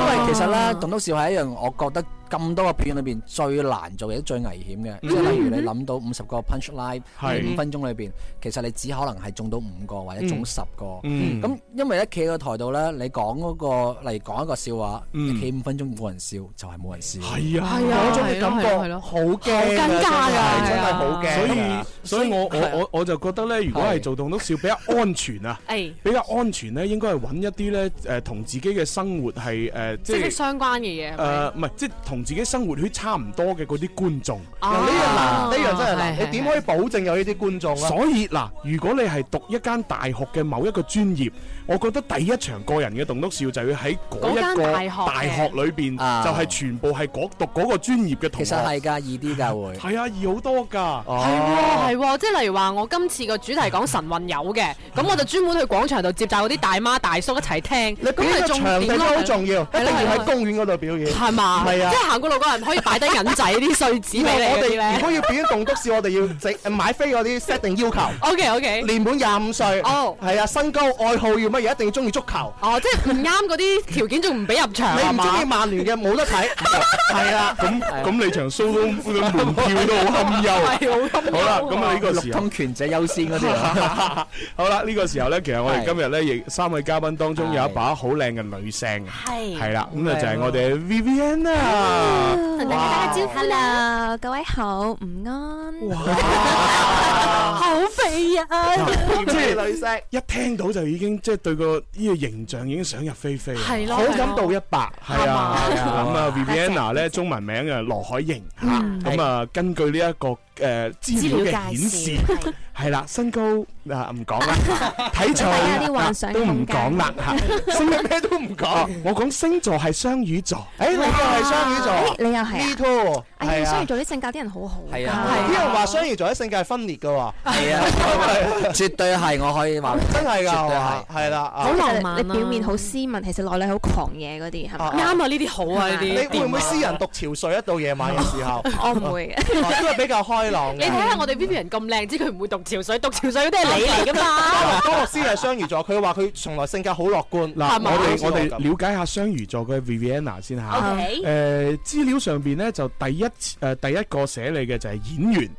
因為其實咧，棟篤笑係一樣我覺得咁多個表演裏邊最難做亦都最危險嘅，嗯即係例如你諗到五十個 punch line 係喺五分鐘裏邊，其實你只可能係中到五個或者中嗯十個。咁、嗯因為咧企喺個台度咧，你講嗰、個，例如講一個笑話，嗯你企五分鐘冇人笑就係冇人笑。係啊係啊嗰種嘅係咯感覺係咯係咯好驚㗎好尷尬㗎真係真係好驚㗎啊所以所以我我係啊我我就覺得咧，如果係做棟篤笑比較安全啊，係比較安全咧，應該係揾一啲咧誒同自己嘅生活係誒即息息係。相關嘅嘢係咪。啊誒唔係，即係同自己生活圈差唔多嘅嗰啲觀眾，啊嗱呢樣難呢樣真係難係係你點可以保證有呢啲觀眾啊？所以嗱，如果你係讀一間大學嘅某一個專業，我覺得第一場個人嘅棟篤笑就要喺嗰嗰一間個大學嘅大學裏邊，啊就係全部係嗰讀嗰個專業嘅其同學。實係㗎，易啲㗎會。啊係啊，易好多㗎。哦係喎，係喎，即係例如話，我今次個主題講神運友嘅，咁我就專門去廣場度接待嗰啲大媽大叔一齊聽，咁呢咪個重場地點都咯，好重要，一定要喺係公園嗰度表演。係嘛？係啊即。係行過路嗰人可以擺低銀仔啲碎紙俾以後我你嗰哋如啲果咧。要表演棟篤笑，我哋要整買飛嗰啲 set 定要求。 OK OK，年滿廿五歲。哦，係啊，身高愛好要乜嘢？一定要中意足球。哦，即係唔啱嗰啲條件仲唔俾入場你係唔嘛中意曼聯嘅冇得 [laughs] 睇。係啊。咁咁你場 show 都門票都好堪 [laughs] 憂，好啦，咁啊呢個時候通權者優先嗰 [laughs] 啲啊。好啦，呢個時候咧，其實我哋今日咧，亦三位嘉賓當中有一把好靚嘅女聲，係係啦，咁啊就係我哋 Vivian 啊， [laughs] 同大家打招呼啦，各位好，午安。 [laughs] 好肥啊！即係一聽到就已經即係對個呢個形象已經想入非非，啊係咯好感度一百，係啊， [laughs] 咁啊 Vivian 咧中文名啊羅海瑩嗯嚇，咁啊根據呢一個誒資料嘅顯示。係啦，身高啊唔 [laughs] 講啦，體重大家有啲幻想啊都唔講啦 [laughs] 嚇，星咩都唔講，我講星座係雙魚座，誒哎你又係雙魚座哎你又係 Me 啊 too，哎係啊 à. 呀，雙魚座啲性格啲人好好㗎。係啊啲人話雙魚座啲性格係分裂㗎喎。係啊，絕對係我可以話俾你聽，真係㗎絕對係係係啦啊好浪漫啊漫你表面好斯文，其實內裏好狂野嗰啲，係 Ờ, 咪？啊啊呢啲好啊 à, 呢啲你會唔會私人讀潮水一到夜晚嘅時候？我唔會嘅，都係比較開朗你嘅。睇下我哋 Vivian 咁靚，知佢唔會讀潮水，讀潮水嗰啲係你嚟噶嘛？當樂師係雙魚座，佢話佢從來性格好樂觀。嗱，我哋我哋咁了解下雙魚座嘅 Viviana 先嚇。 OK 誒資料上邊咧就第一誒第一個寫你嘅就係演員，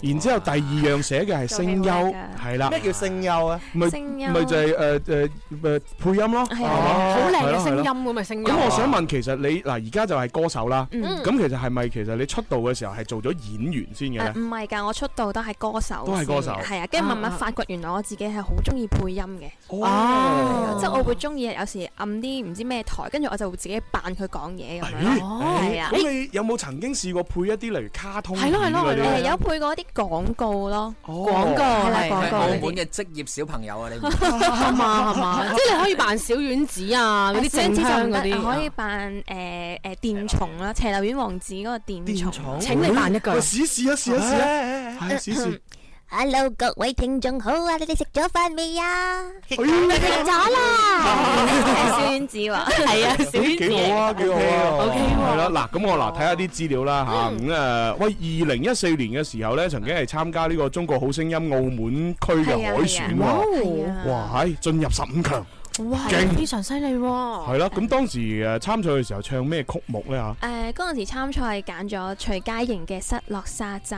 然之後第二樣寫嘅係聲優，係啦。咩叫聲優啊？咪聲優咪就係誒誒誒配音咯，係嘛好靚哦係咯嘅聲係音咯咁嘅聲音。咁我想問，其實你嗱而家就係歌手啦，嗯咁其實係咪其實你出道嘅時候係做咗演員先嘅誒咧呃唔？係㗎，我出道都係歌手先嘅，都係歌手係啊，跟住慢慢發掘原來我自己係好中意配音嘅，哦係啊即係我會中意有時暗啲唔知咩台，跟住我就會自己扮佢講嘢咁樣咯，係啊。咁你有冇曾經試過配一啲例如卡通片係咯係咯嗰啲係哦咯，咧誒有配過一啲廣告咯，廣告係啦係廣告澳嗰門啲。嘅職業小朋友啊， [laughs] 你唔係嘛係嘛，即係你可以扮小丸子啊，嗰啲誒小丸靜子就香唔嗰得，啲，啊可以扮誒誒電蟲啦，斜流院王子嗰個電蟲。請你扮一句喂試一試一試一試啊！係試一試。 Hello，各位聽眾好啊！你哋食咗飯未啊？食咗啦， [laughs] 小係丸子喎，係啊咦幾好啊，幾好啊 OK 係啦，嗱，咁我嗱睇下啲資料啦嚇，咁誒，喂，二零一四年嘅時候咧，曾經係參加呢個中國好聲音澳門區嘅海選係喎，哇，係進入十五強，哇，勁非常犀利喎！係啦，咁當時誒參賽嘅時候唱咩曲目咧嚇？誒嗰陣時參賽揀咗徐佳瑩嘅《失落沙洲》，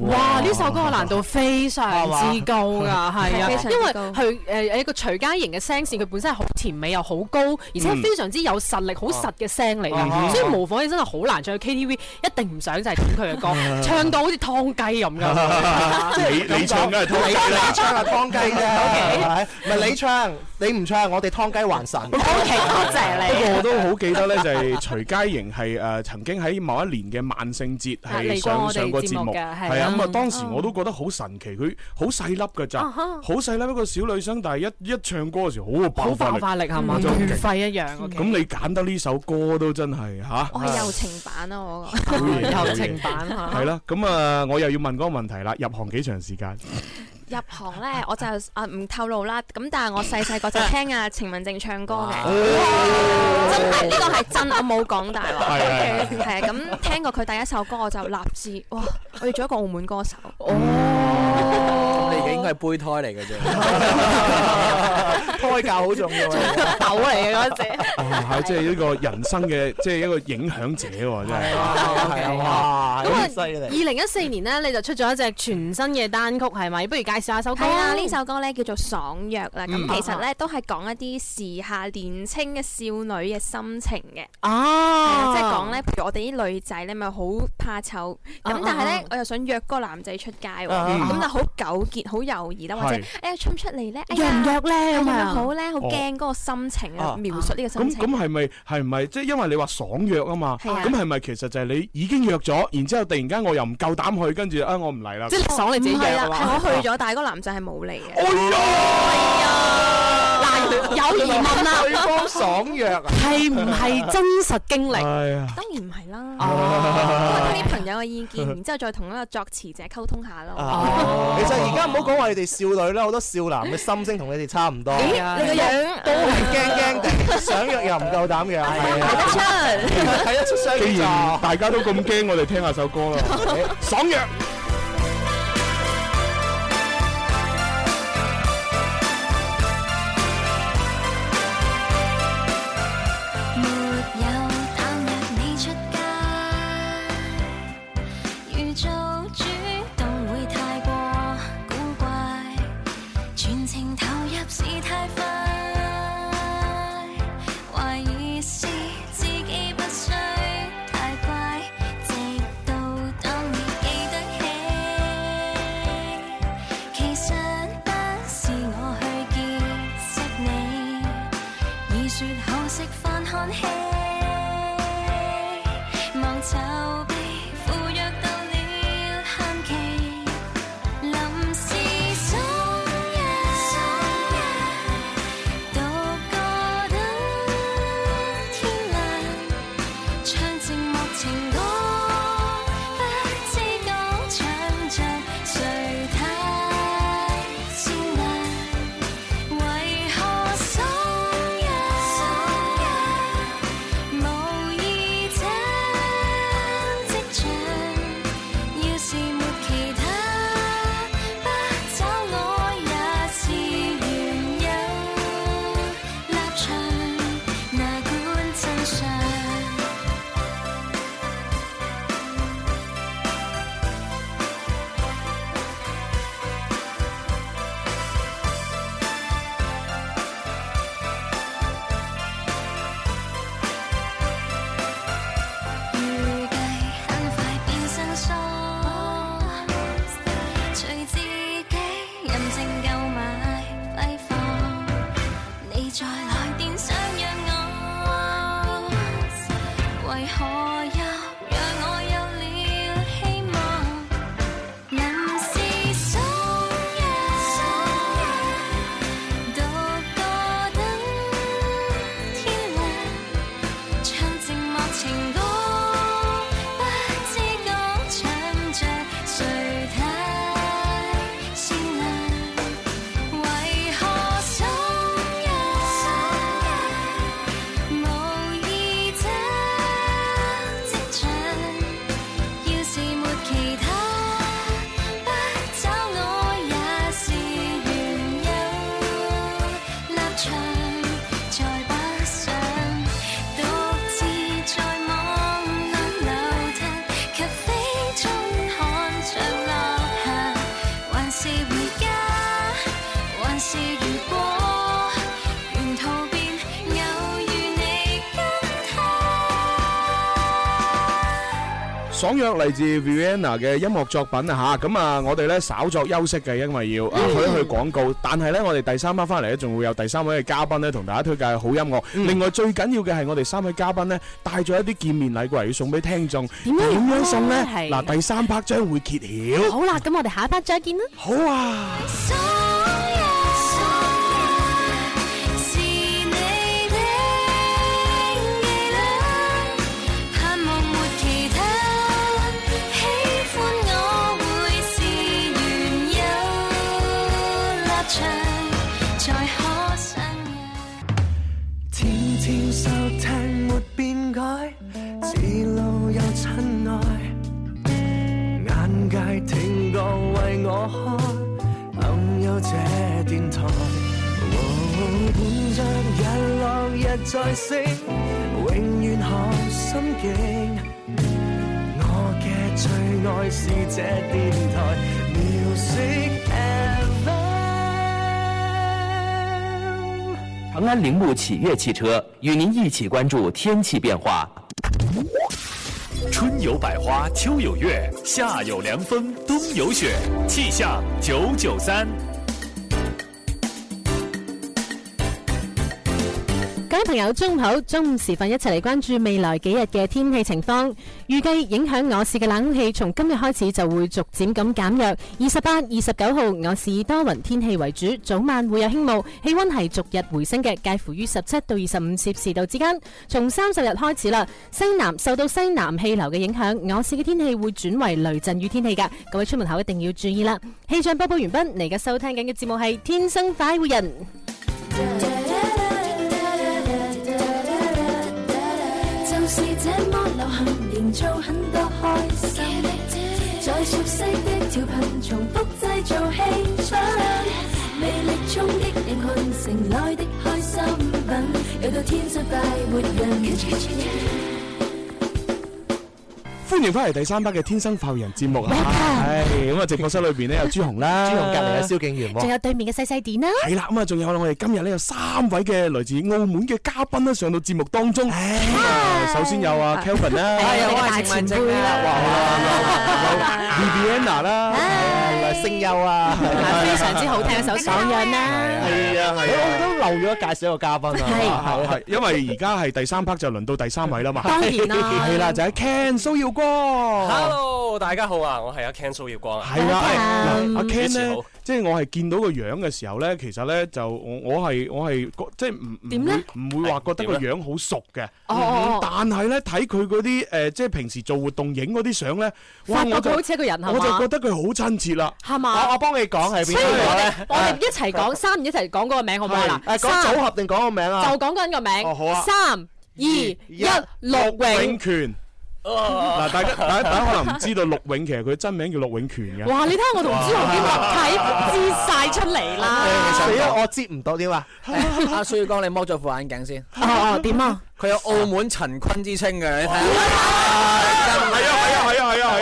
哇！呢首歌嘅難度非常之高 [laughs] 㗎，係啊非常，之因為高佢誒有一個徐佳瑩嘅聲線，佢本身係好甜美又好高，而且嗯非常之有實力、好實嘅聲嚟啊㗎，所以模仿起身係好難唱。去 KTV 一定唔想就係點佢 [laughs] 嘅歌，啊唱到好似湯雞咁 [laughs] 㗎。你你唱梗係湯雞你啦你唱係湯雞啫，係咪唔係你唱，你唔唱，我哋湯雞還神。多謝不過我都好記得咧，就係徐佳瑩係誒曾經喺某一年嘅萬聖節啊係嚟過上我哋上過節節目，目嘅係係啊啊咁啊當時我都覺得好神奇，佢好細粒㗎咋，啊哈好細粒一個小女生，但係一一唱歌嘅時候好有爆好發爆力，發力嗯係嘛，真同係月勁費一樣。咁你揀得呢首歌都真係嚇，我係柔情版啊，我好 [laughs] 嘢個好嘢係啦，咁啊我又要問嗰個問題啦，入行幾長時 [laughs] 間？入行咧，我就啊唔透露啦。咁但係我細細個就聽阿程文靜唱歌嘅，真係呢個係真，我冇講大話。係係係係啊，咁聽過佢第一首歌，我就立志，哇！我要做一個澳門歌手。你而佢應該係胚胎嚟 [laughs] 嘅啫。胎教好重 [laughs] 要啊。豆嚟嘅嗰陣時。啊，係即係一個人生嘅，即係一個影響者喎，真係。係啊，哇咁啊，二零一四年咧，你就出咗一隻全新嘅單曲，係咪？不如介紹下首歌係啦，呢首歌咧叫做《爽約》啦，咁、嗯其實咧都係講一啲時下年青嘅少女嘅心情嘅。哦係啊即係講咧，譬如我哋啲女仔咧，咪好怕醜，啊咁但係咧，我又想約個男仔出街喎，嗯咁就好糾結、好猶豫啦，或者係哎呀出唔出嚟咧？哎約唔呀約咧係咁咪樣好咧，好哦驚嗰個心情啊啊，描述呢個心咁情。咁係咪係咪即係因為你話爽約啊嘛？係啊咁係咪其實就係你已經約咗，然之後突然間我又唔夠膽去，跟住啊我唔嚟啦。即係爽你自己約啊係我去咗，但係嗰個男仔係冇嚟嘅。哎哎嗱，有疑問啦，對方 Dạ. 爽約啊係唔係真實經歷？ [laughs] 當然唔係啦，我聽啲朋友嘅意 [laughs] 見，然之後再同一個作詞者溝通下咯。其實而家唔好講話你哋少女啦，好多少男嘅心聲同你哋差唔多。咦你個樣都係驚驚地，想約又唔夠膽約，係啊，得睇出，睇得出雙魚既然座。大家都咁驚，我哋聽下首 [laughs] 歌啦。爽約。沒有探約你出街，如做主動會太過古怪，全程投入是太快，懷疑是自己不需太乖，直到當你記得起，其實不是我去結識你。已說好食飯看戲，忙籌備赴約到了限期，臨時爽約，獨個等天亮，唱寂寞情歌，不知講唱着誰太鮮亮。為何爽約？無意這職場，要是沒其他，不找我也是原有立場，哪管真相？預計很快變生疏，隨自己任性購買揮霍。你再來電想約我，為何又讓我有了希望？臨時爽約，獨個等天亮。唱寂寞情歌，不知講唱着誰太善良，為何爽約？無意這職場，要是沒其他，不找我也是原有立場，再不想。獨自在網絡流騰，咖啡中看着落霞，還是回家，還是如果沿途便偶遇你跟爽約嚟自 Vienna 嘅音樂作品啊吓，咁啊我哋咧稍作休息嘅，因為要啊去一去廣告，但係咧我哋第三 part 翻嚟咧，仲會有第三位嘅嘉賓咧，同大家推介好音樂。另外最緊要嘅係我哋三位嘉賓咧，帶咗一啲見面禮過嚟要送俾聽眾，點樣樣送咧？係嗱，第三 part 將會揭曉。好啦，咁我哋下一 part 再見啦。好啊。爽約，爽約，是你的伎倆，盼望沒其他。喜歡我會是原有立場，才可相約。天天收聽沒變改，指路有親愛，眼界挺覺為我開，偶這電台。哦本將日落日再升，永遠學心境。我嘅最愛是這電台，Music FM。长安铃木启悦汽车与您一起关注天气变化。春有百花，秋有月，夏有凉风，冬有雪。气象九九三，各位朋友，中午好！中午時分一齊嚟關注未來幾日嘅天氣情況。預計影響我市嘅冷氣，從今日開始就會逐漸咁減弱。二十八、二十九號我市以多雲天氣為主，早晚會有輕霧，氣温係逐日回升嘅，介乎於十七到二十五攝氏度之間。從三十日開始啦，西南受到西南氣流嘅影響，我市嘅天氣會轉為雷陣雨天氣㗎。各位出門口一定要注意啦。氣象播報完畢，你而家收聽緊嘅節目係《天生快活人》。就是這麼流行，營造很多開心。在熟悉的調頻，重複製造氣氛，魅力衝擊人群，城內的開心品，有到天生快活人。歡迎翻嚟第三 part 嘅《天生浮人》節目啊！係咁啊，直播室裏邊咧有朱紅啦，朱紅隔離有蕭敬元喎仲有對面嘅細細點啦。系啦，咁啊，仲有我哋今日咧有三位嘅來自澳門嘅嘉賓咧上到節目當中。咁啊首先有啊 Kelvin 啦，係啊我係大前輩啦，哇，好啦，有 Viviana 啦，聲優啊，非常之好聽一首《爽樣》啦。係啊係啊，我哋都漏咗介紹一個嘉賓啊，係因為而家係第三 part 就輪到第三位啦嘛。當然啦係啦，就係 Ken 蘇耀 Ờ. 光。Hello，大家好啊，我係阿 Ken 蘇耀光啊。係啦，嗱阿 Ken 主持咧嗯好，即係我係見到個樣嘅時候咧，其實咧就我我係我係覺即係唔唔點咧會唔會話覺得個樣好熟嘅，哦嗯哦哦但係咧睇佢嗰啲誒即係平時做活動影嗰啲相咧，哇發覺我就佢好似一個人係嘛我就覺得佢好親切啦，啊係嘛我我幫你講係邊雖然我哋我哋一齊講三唔一齊講嗰個名好唔好啊？誒嗱，講組合定講個名啊三就？講緊個哦好名啊，三二一，陸永永。權。嗱，大家大家大家可能唔知道陸永其實佢真名叫陸永權嘅。哇！你睇下我同朱紅啲默契知晒出 [laughs] 嚟啦。死啦我接唔到點啊？ [laughs] 阿蘇耀光，你剝咗副眼鏡先。哦哦，點啊？佢有澳門陳坤之稱嘅，你睇下。係係啊係啊係啊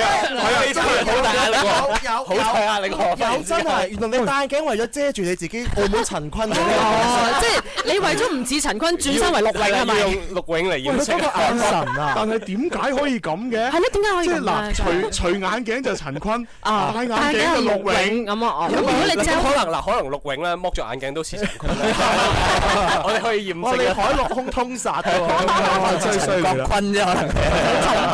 啊，真係好大壓力喎，好大啊壓力喎，有真係，原來你戴鏡為咗遮住你自己澳門陳坤嘅呢哦，即係你為咗唔似陳坤，轉身為陸永係咪？要用陸永嚟喂掩飾嗰個眼神啊！但係點解可以咁嘅？係咯點解可以即咁係咧嗱，除除眼鏡就陳坤，啊戴眼鏡就陸永。咁啊，如果你咁真係可能嗱，可能陸永咧剝咗眼鏡都似陳坤，我哋可以驗哇！你證啊。海陸空通 [laughs] 殺嘅哇喎，真係衰你啦坤啫，可能。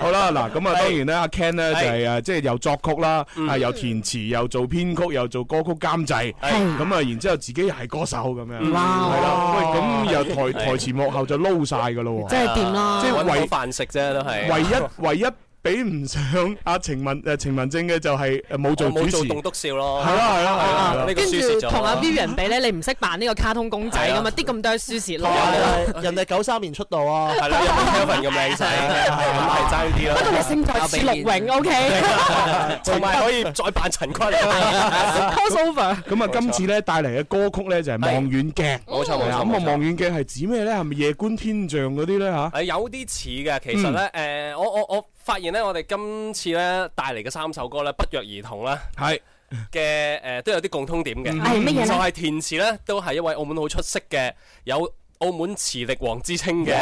好啦，嗱咁啊，當然咧，阿 Ken 咧就係誒，即係又作曲啦，啊又填詞，又做編曲，又做歌曲監製，咁啊，然之後自己又係歌手咁樣，哇係啦，喂，咁又台係台前幕後就撈晒噶咯喎，真係掂啦即係揾到唯飯食啫，都係唯一唯一比唔上阿程文誒程文正嘅就係誒冇做我主冇做持。棟篤笑咯。係啦係啦係啦啊呢個跟輸住蝕咗。同阿 Vivian 比咧，你唔識扮呢個卡通公仔咁啊，啲咁多輸蝕咯。係人哋九三年出道 [laughs] 啊，係啦，有冇 Kevin 咁靚仔？係爭啲啦。不過你勝在似陸永，OK？ [laughs] 同埋可以再扮陳坤。à? crossover。咁啊，今次咧帶嚟嘅歌曲咧就係望遠鏡，冇錯冇錯係啊咁冇啊錯，望遠鏡係指咩咧？係咪夜觀天象嗰啲咧嚇？誒有啲似嘅，其嗯實咧誒、我我我發現咧，我哋今次咧帶嚟嘅三首歌咧，不約而同啦，係嗯嘅誒都有啲共通點嘅，係乜嘢呢就係填詞咧，都係一位澳門好出色嘅有。澳門磁力王之稱嘅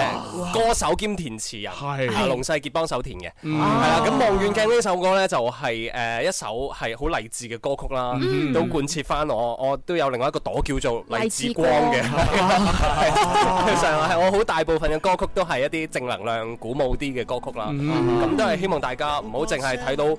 歌手兼填詞人，係啊龍世傑幫手填嘅，嗯係啦。咁望遠鏡呢首歌呢，就係誒一首係好勵志嘅歌曲啦嗯，都貫徹翻我我都有另外一個朵叫做勵志光嘅勵， [laughs] 嗯上係我好大部分嘅歌曲都係一啲正能量、鼓舞啲嘅歌曲啦。嗯咁都係希望大家唔好淨係睇到誒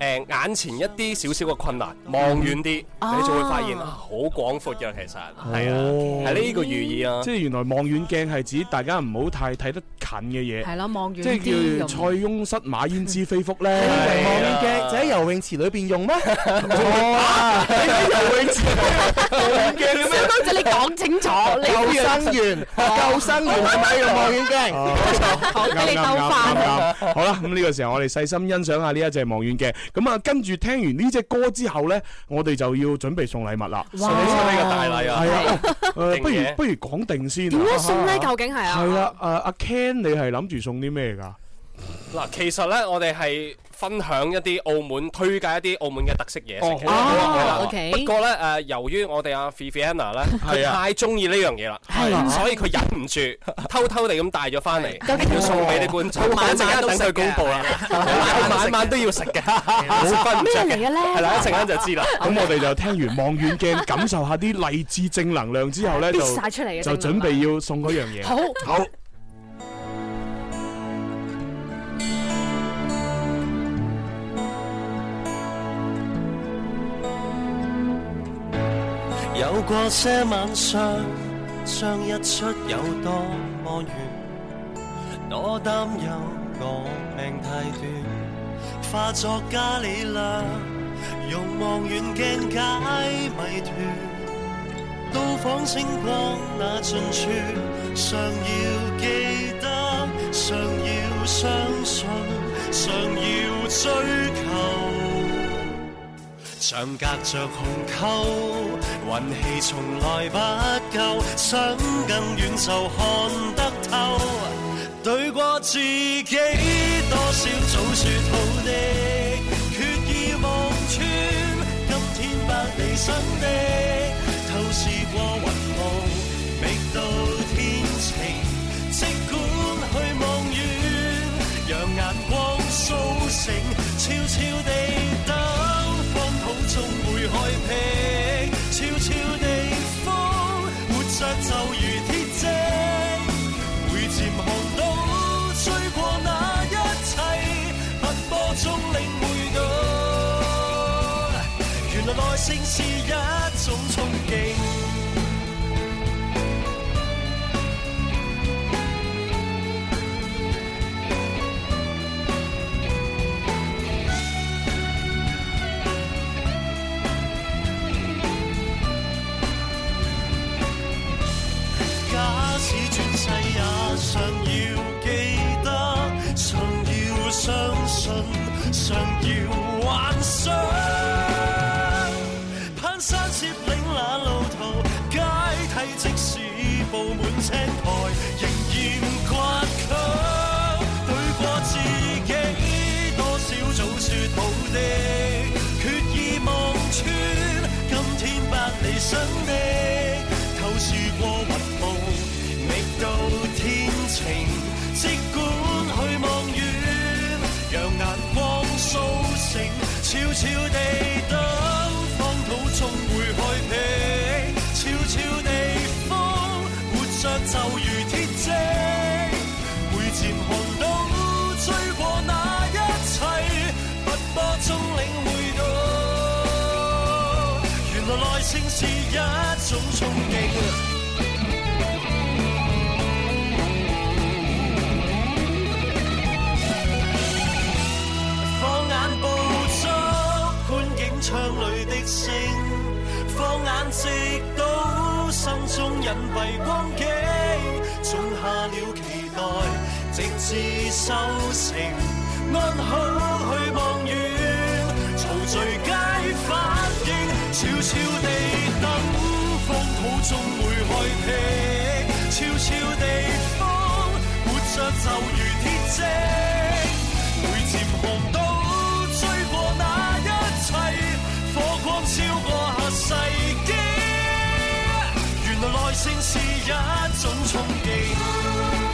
眼前一啲少少嘅困難，望遠啲，你就會發現啊好廣闊嘅其實係啊，哦係呢個寓意啊即。係原來望遠鏡係指大家唔好太睇得近嘅嘢，係咯望遠即係啲叫咁塞翁失馬焉知非福啊咧。望遠鏡就 [laughs] 喺游泳池裏邊用咩？ [laughs] 哦錯啊！你喺游泳池望遠鏡嘅咩？即係你講清楚，你救生員，救生員係咪用望遠鏡？俾你兜翻。好啦，咁呢個時候我哋細心欣賞下呢一隻望遠鏡。咁啊，跟住聽完呢只歌之後咧，我哋就要準備送禮物啦。哇送呢個大禮啊係啊，哦誒勁不如嘢不如講定先。啊點樣送咧？究竟係啊？係啦，誒阿 Ken，你係諗住送啲咩 [laughs] 㗎？嗱，其實咧，我哋係分享一啲澳門，推介一啲澳門嘅特色嘢食嘅。哦好啊好啊係啦好啊，OK 不過咧，誒，由於我哋阿 Fiona 咧，係佢啊太中意呢樣嘢啦，所以佢忍唔住，偷偷地咁帶咗翻嚟，要送俾啲觀眾。晚晚一陣間都等食佢公佈啦，晚晚都要食嘅，食分唔着嘅。係啦，一陣間就 [laughs] 知啦。咁我哋就聽完望遠鏡，感受下啲勵志正能量之後咧，就 [laughs] 逼晒出嚟嘅就正能準量備要送嗰樣嘢。好好。有過些晚上，將一出有多麼遠，我擔憂我命太短，化作伽利略，用望遠鏡解謎團，到訪星光那盡處，常要記得，常要相信，常要追求。像隔着鴻溝，運氣從來不夠，想更遠就看得透。對過自己多少早説好的，決意望穿今天不理想的，透視過雲霧，覓到天晴，即管去望遠。讓眼光甦醒，悄悄地等，荒土終會開闢，悄悄地風，活着就如鐵證，會漸看到追過那一切，奔波中領會到，原來耐性是一種衝勁。假使轉世也常要記得，常要相信，常要幻想。攀山涉嶺那路途，階梯即使佈滿青苔，仍然倔強。對過自己，多少早説好的，決意望穿今天不理想的。透視過雲霧，覓到天晴，即管去望遠，讓眼光甦醒，悄悄地等，荒土終會開闢，悄悄地風，活着就如鐵證，會漸看到追過那一切，奔波中領會到，原來耐性是一種衝勁。放眼捕捉觀景窗裏的星，放眼直到心中隱蔽光景，種下了期待，直至收成。安好去望遠，嘈聚街反應，悄悄地等，荒土終會開闢，悄悄地風，活着就如鐵證。每漸看到追過那一切，火光超過下世紀。原來耐性是一種衝勁。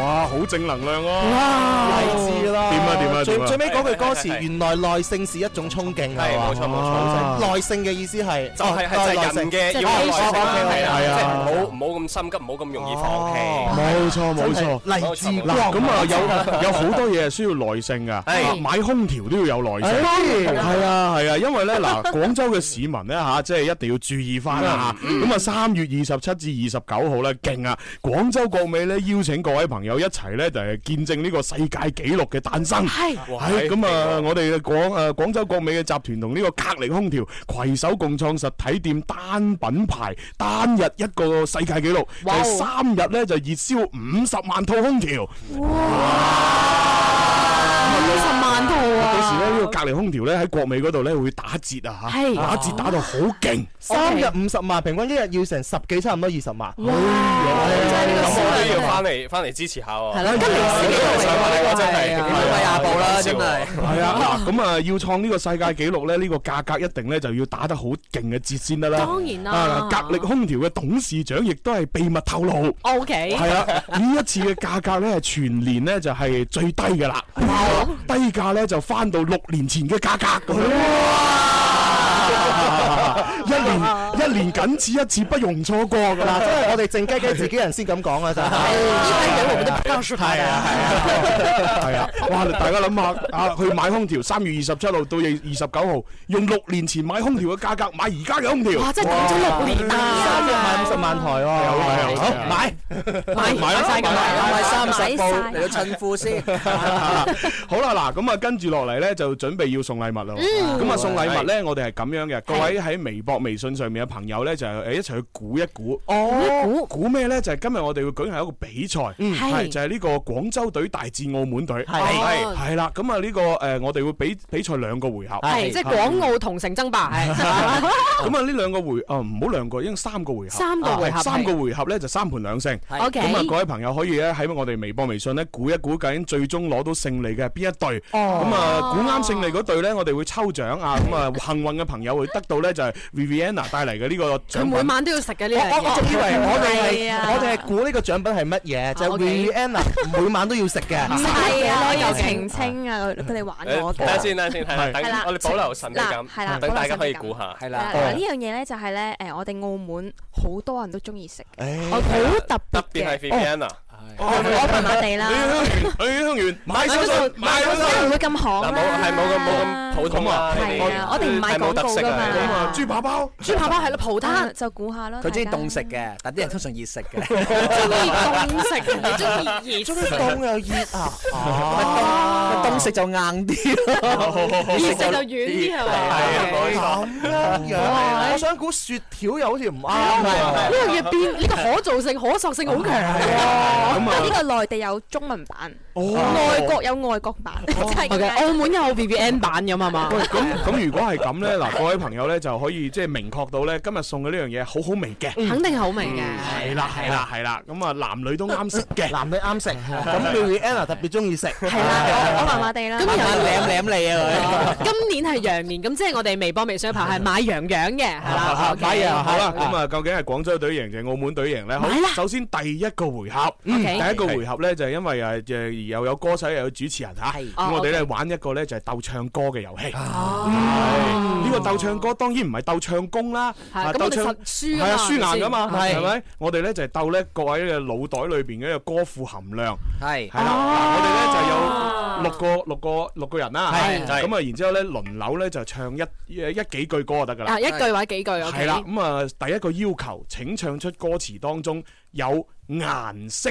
哇，好正能量啊！哇，勵志啦！點啊點啊最點啊！最尾嗰句歌詞，原來耐性是一種衝勁，係嘛？冇錯冇耐性嘅意思係就係係就係人嘅要有耐性啦，係啦，即係唔好唔好咁心急，唔好咁容易放棄。冇錯冇錯，勵志嗱光咁啊有有好多嘢係需要耐性噶，買空調都要有耐性，哎係啊係啊，因為咧嗱，廣州嘅市民咧吓，即係一定要注意翻啦吓。咁啊，三月二十七至二十九號咧，勁啊！廣州國美咧邀請各位朋友一齊咧就係見證呢個世界紀錄嘅誕生，係係係咁啊！我哋嘅廣誒廣州國美嘅集團同呢個格力空調攜手共創實體店單品牌單日一個世界紀錄，就哇哦係三日咧就熱銷五十萬套空調。五十萬套到啊！時咧呢個格力空調咧喺國美嗰度咧會打折啊嚇，係打折打到好勁。三日五十萬，平均一日要成十幾，差唔多二十萬。咁我都要翻嚟翻嚟支持下喎。係啦吉利斯幾好嚟㗎想買我真係係啊貴廿步啦，真係。係啊， [laughs] 嗱，咁啊，要創呢個世界紀錄咧，呢個價格一定咧就要打得好勁嘅折先得啦。當然啦啊格力空調嘅董事長亦都係秘密透露。哦 O K 係啦，呢一次嘅價格咧係全年咧就係最低嘅啦，低價咧就翻到六年前嘅價格咁樣。 [laughs] 一年一年僅此一次，不容錯過㗎嗱，啦！即係我哋靜雞雞自己人先咁講啊，真係。啊啊係啊，哇！大家諗下啊，去買空調，三月二十七號到二二十九號，用六年前買空調嘅價格買而家嘅空調，哇真係等咗六年啊三日買五十萬台喎，係啊好買買買晒㗎買三買十晒部嚟到襯褲先。 [laughs] 好啦，嗱，咁啊，跟住落嚟咧，就準備要送禮物啦。嗯咁啊，送禮物咧，我哋係咁樣嘅，各位喺微博、微信上面嘅朋友咧，就誒一齊去估一估。哦，估估咩咧？就係今日我哋會舉行一個比賽，嗯係係就係呢個廣州隊大戰澳門隊，係係係啦。咁啊，呢個誒我哋會比比賽兩個回合，係即係港澳同城爭霸，係咁啊，呢兩個回啊，唔好兩個，應該三個回合。三個回合啊係三個回合咧就三盤兩勝。係 OK 咁啊，各位朋友可以咧喺我哋微博、微信咧估一估究竟最終攞到勝利嘅係邊一隊。哦咁啊，估啱勝利嗰隊咧，我哋會抽獎啊。咁啊，幸運嘅朋友會得到咧就係 Viviana 帶嚟嘅呢個獎佢每品。晚都要食嘅呢我樣我嘢。我仲以為我哋係係啊我哋係估呢 [laughs] 個獎品係乜嘢，就係 Rihanna 每晚都要食嘅。係啊，攞嘢澄清啊，佢佢哋玩我誒㗎等。下先，等下先，係啦係等啦我哋保留神秘感嗱係啦，等大家可以保留估下。係係啦，啊嗱呢樣嘢咧就係咧，誒我哋澳門好多人都中意食，我好特特別係 Viviana。我麻 [laughs] 麻地啦，去香園買手信，買手梗係唔信會。咁行啊嗱，冇啊係冇咁啦。冇咁普通啊！呢啲係啊，我哋唔賣係冇廣特告色㗎嘛。啊豬扒包，豬扒包係咯，葡啊就估下咯。佢中意大家凍食嘅，但啲人通常熱食嘅。 [laughs] 中意凍食，你中意熱食。凍又熱啊！哦，凍食就硬 [laughs] 啲，熱食就軟啲係咪係啊，咁樣樣，我想估雪條又好似唔啱啊呢樣嘢變呢個可造性、可塑性好強不過喎。呢個內地有中文版，哦外國有外國版，真啊係咁 OK，樣澳門有 VVN 版咁啊嘛。咁咁如果係咁咧，嗱各位朋友咧就可以即係明確到咧今日送嘅呢樣嘢好好味嗯嘅，嗯肯定係好味嘅。係啦係啦係啦，咁啊男女都啱食嘅， [laughs] 男女啱食，咁 [laughs] Rihanna 特別中意食。係我麻麻地啦。咁又舐舐你啊今年係羊年，咁即係我哋微博、微信嘅朋友係買羊羊嘅，係啦。買贏好啦，咁啊，究竟係廣州隊贏定澳門隊贏咧？好，首先第一個回合，第 OK 一個回合咧就係因為誒誒又有歌手又有主持人嚇，哦咁我哋咧 OK 玩一個咧就係鬥唱歌嘅遊戲。係呢個鬥唱歌當然唔係鬥唱功啦，係啊咁鬥我哋唱實輸㗎係啊嘛輸硬㗎嘛，係係咪？我哋咧就係鬥咧各位嘅腦袋裏邊嘅一個歌庫含量。係係啦，嗱我哋咧就有六個六個六個人啦，係咁啊，然之後咧輪流咧就唱一一幾句歌就得㗎啦。啊，一句或者幾句，OK。係啦，咁啊，第一個要求，請唱出歌詞當中有顏色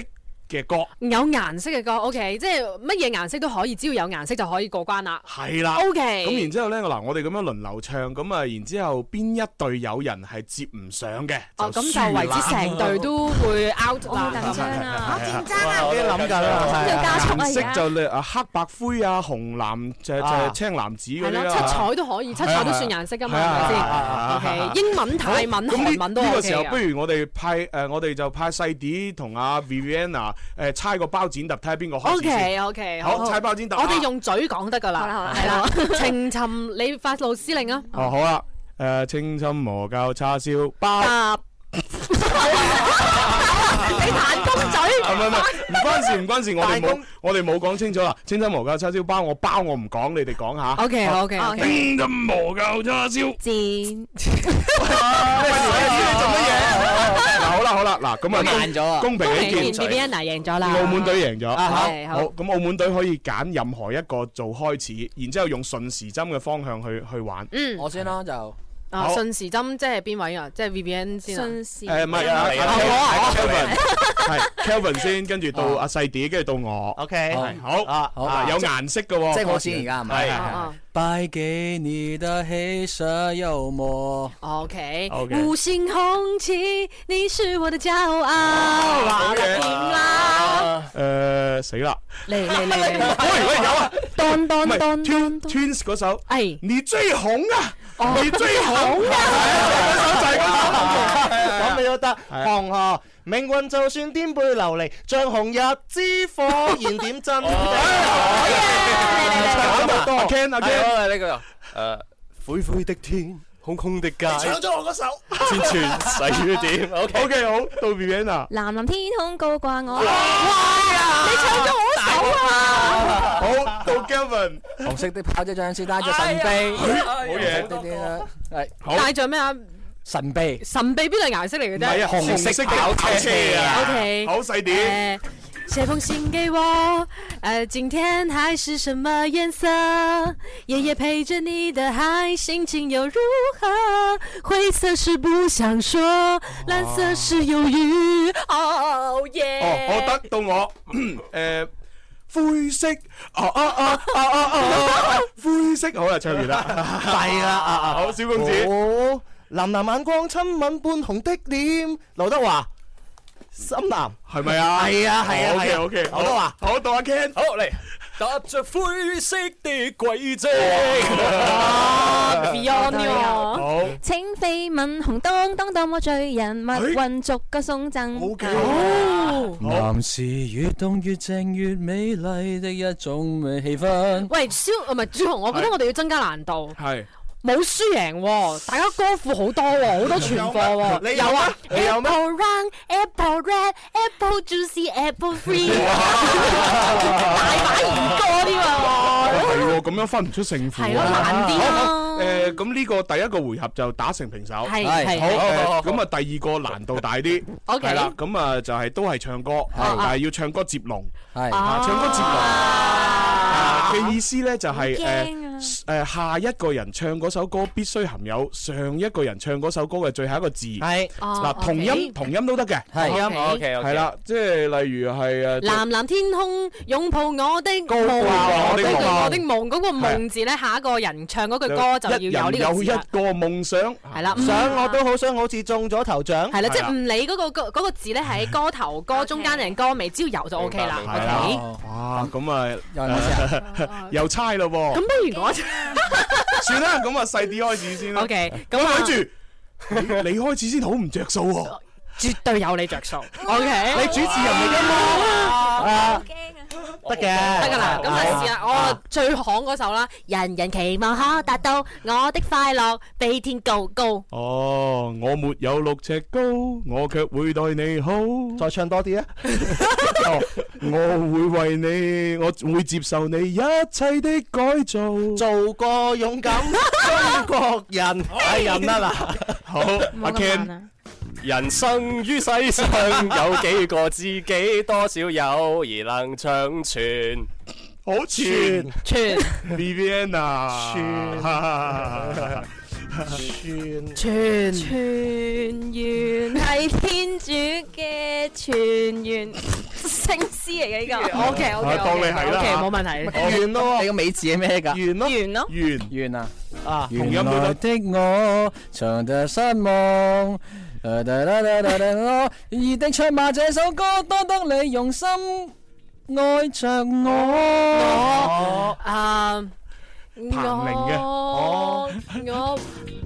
嘅歌。有顏色嘅歌，OK，即係乜嘢顏色都可以，只要有顏色就可以過關啦。係啦，OK。咁然之後咧，嗱，我哋咁樣輪流唱，咁啊，然之後邊一隊有人係接唔上嘅，哦，咁輸就為之啦成隊都會 out 啦。緊張啊緊張啊！我諗緊啦係啊加速啊顏而色家就你啊黑白灰啊，紅藍就就啊係青藍紫係嗰咯，啲七啊彩都可以，七彩都算顏色㗎嘛，係啊係啊係係啊咪先？OK，英文、好泰文、咁呢韓文都呢 OK 個時候，嘅不如我哋派誒、呃我哋就派細啲同阿 Viviana 誒、呃猜個包剪揼，睇下邊個開始 OK 先 OK，好猜包剪揼啊。我哋用嘴講得㗎啦，係啦。 [laughs] 情尋，你發號司令啊！哦好啦，誒、清心磨教叉燒包，答你彈弓 [laughs] 唔係唔係唔關事唔關事，我哋冇我哋冇講清楚啦。清心磨教叉燒包，我包我唔講，你哋講下。 OK，好 OK，OK 清心磨教 [laughs] 叉燒。戰嗱好啦好啦，嗱咁啊慢咗啊公平起見， b b n a 贏咗啦，澳門隊贏咗，啊好係好好咁澳門隊可以揀 [laughs] 任何一個做開始，然之後用順時針嘅方向去去玩。嗯，我先啦就。啊，好順時針即係邊位啊？即係 Vivian 先啊？順時誒唔係啊，阿 Kelvin 係 Kelvin 先，跟住到阿細啲，跟住到我。 OK，係好啊好啊，有顏色嘅喎。即係我先而家係咪係係啊係啊败给你的黑色幽默。哦 OK， OK 五星紅旗，你是我的驕傲。哇，得掂啦！誒死啦！嚟嚟嚟嚟嚟，喂喂，有啊！當唔當係當 Twin- Twins 嗰首，係你最紅啊！哦你最紅啊！咁哦你都得，紅河命運就算顛沛流離，像紅日之火燃點真。啊阿 Ken 阿 Ken，啊呢個誒灰灰的天，空空的街，我嗰首。千串細 [laughs] 雨點。O K O K，好，到 Viviana。藍藍天空高掛我。啊好，到 Kevin，紅色的跑車像是帶着神秘，好呢嘢啲啦，係帶咗咩啊？神秘。神秘邊度顏色嚟嘅唔係啫？啊紅色的跑車啊 OK，好細啲誒寫封信給我，呃，今天海是什麼顏色？夜夜陪着你的海，心情又如何？灰色是不想說，藍色是憂鬱。哦耶！哦，好得到我，嗯誒。灰色，啊啊啊啊啊 [laughs] 啊！灰色，好啦，唱完啦，係啦啊啊好，小公子，哦，藍藍眼光親吻半紅的臉，劉德華，深藍，係咪啊？係啊係啊係啊 OK，OK，劉德華，好到阿 Ken，好嚟，踏着灰色的軌跡。 [laughs] Beyond 嘅喎好請飛吻紅當當當我醉人物運逐個送贈。哦男士越動越靜越美麗的一種美氣氛。喂，蕭哦唔係朱紅，我覺得係我哋要增加難度。係。冇輸贏喎，大家歌庫好多喎，好多存貨有喎。咩你有啊你有咩 Apple round, apple red, apple juicy, apple free。係喎，咁樣分唔出勝負。係咯難啲咯咯。誒，咁呢個第一個回合就打成平手。係係好。好好誒咁啊，第二個難度大啲。 [laughs] OK 係啦，咁啊就係都係唱歌，但係要唱歌接龍。係啊，唱歌接龍。啊嘅意思咧就係好驚誒誒下一個人唱嗰首歌必須含有上一個人唱嗰首歌嘅最後一個字。係哦嗱，同 OK 音同音都得嘅。係同音 OK，OK 係啦，即係例如係誒。藍藍天空擁抱我的夢，掛我的夢啊我的夢嗰個夢字咧，下一個人唱嗰句歌就要有呢一個人有字一啦。個夢想，係啦想我都好想好似中咗頭獎。係啦，即係唔理嗰個歌嗰個字咧喺歌頭、歌中間定歌尾，只要有就 OK 啦。係啦 OK，哇，咁 [laughs] 啊，又猜咯咁喎，不如我就 [laughs] 算啦，咁啊細啲開始先啦。 OK，咁啊咁對住你你開始先好唔着數喎，絕對有你着數。OK，你主持人嚟 [laughs] 㗎嘛啊，得嘅，得噶啊啦，咁就試下我最行嗰首啦。人人期望可達到我的快樂，比天高高。Ờ, 哦，我沒有六尺高，我卻會待你好。再唱多啲啊！Ờ, 我會為你，我會接受你一切的改造。做個勇敢 [laughs] 中國人，係人啦好，阿 Ken，人生於世上有幾個知己，多少友誼能長存。好串串 Vivian [laughs] 啊，串嗱，全全員係天主嘅全員聖詩嚟嘅呢個。 O K O K，啊當你係啦 O K 嚇冇問題。完咯，你個美字係咩㗎？完咯，完咯，完啊！啊，同音都原得來的我，長得失望。呃哒哒哒哒哒我熱的唱吧這首歌，多得你用心愛着 [laughs] 哦我。啊，彭彭寧嘅我我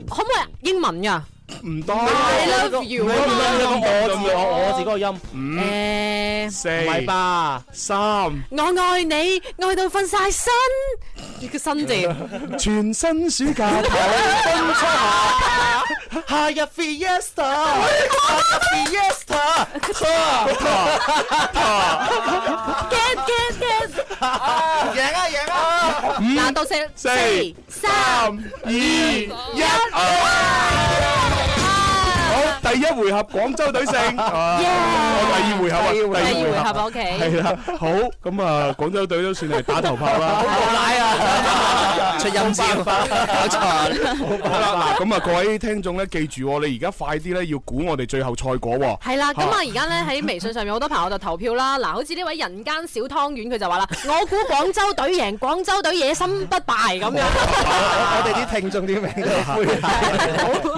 可唔可以英文噶唔多。 ？I love 唔係唔 you 啊係唔係嘛。我字我我字嗰個音，誒，四唔係吧？三。我愛你，愛到瞓晒身。呢個身字，全新暑假台奔出夏，夏日 Fiesta，夏日 Fiesta， get get get，贏啊贏啊！嗱到四四三二一，好，第一回合廣州隊勝，啊第二回合啊，第第二回二合 OK。係啦，好，咁啊，廣州隊都算係打頭炮啦，奶啊！出音照，冇錯好啦，嗱咁啊，各位聽眾咧，記住喎，你而家快啲咧要估我哋最後賽果喎。係啦，咁啊 [laughs] 嚇而家咧喺微信上面好多朋友就投票啦。嗱，好似呢位人間小湯圓佢就話啦，我估廣州隊贏，廣州隊野心不敗咁樣。我哋啲聽眾啲名都灰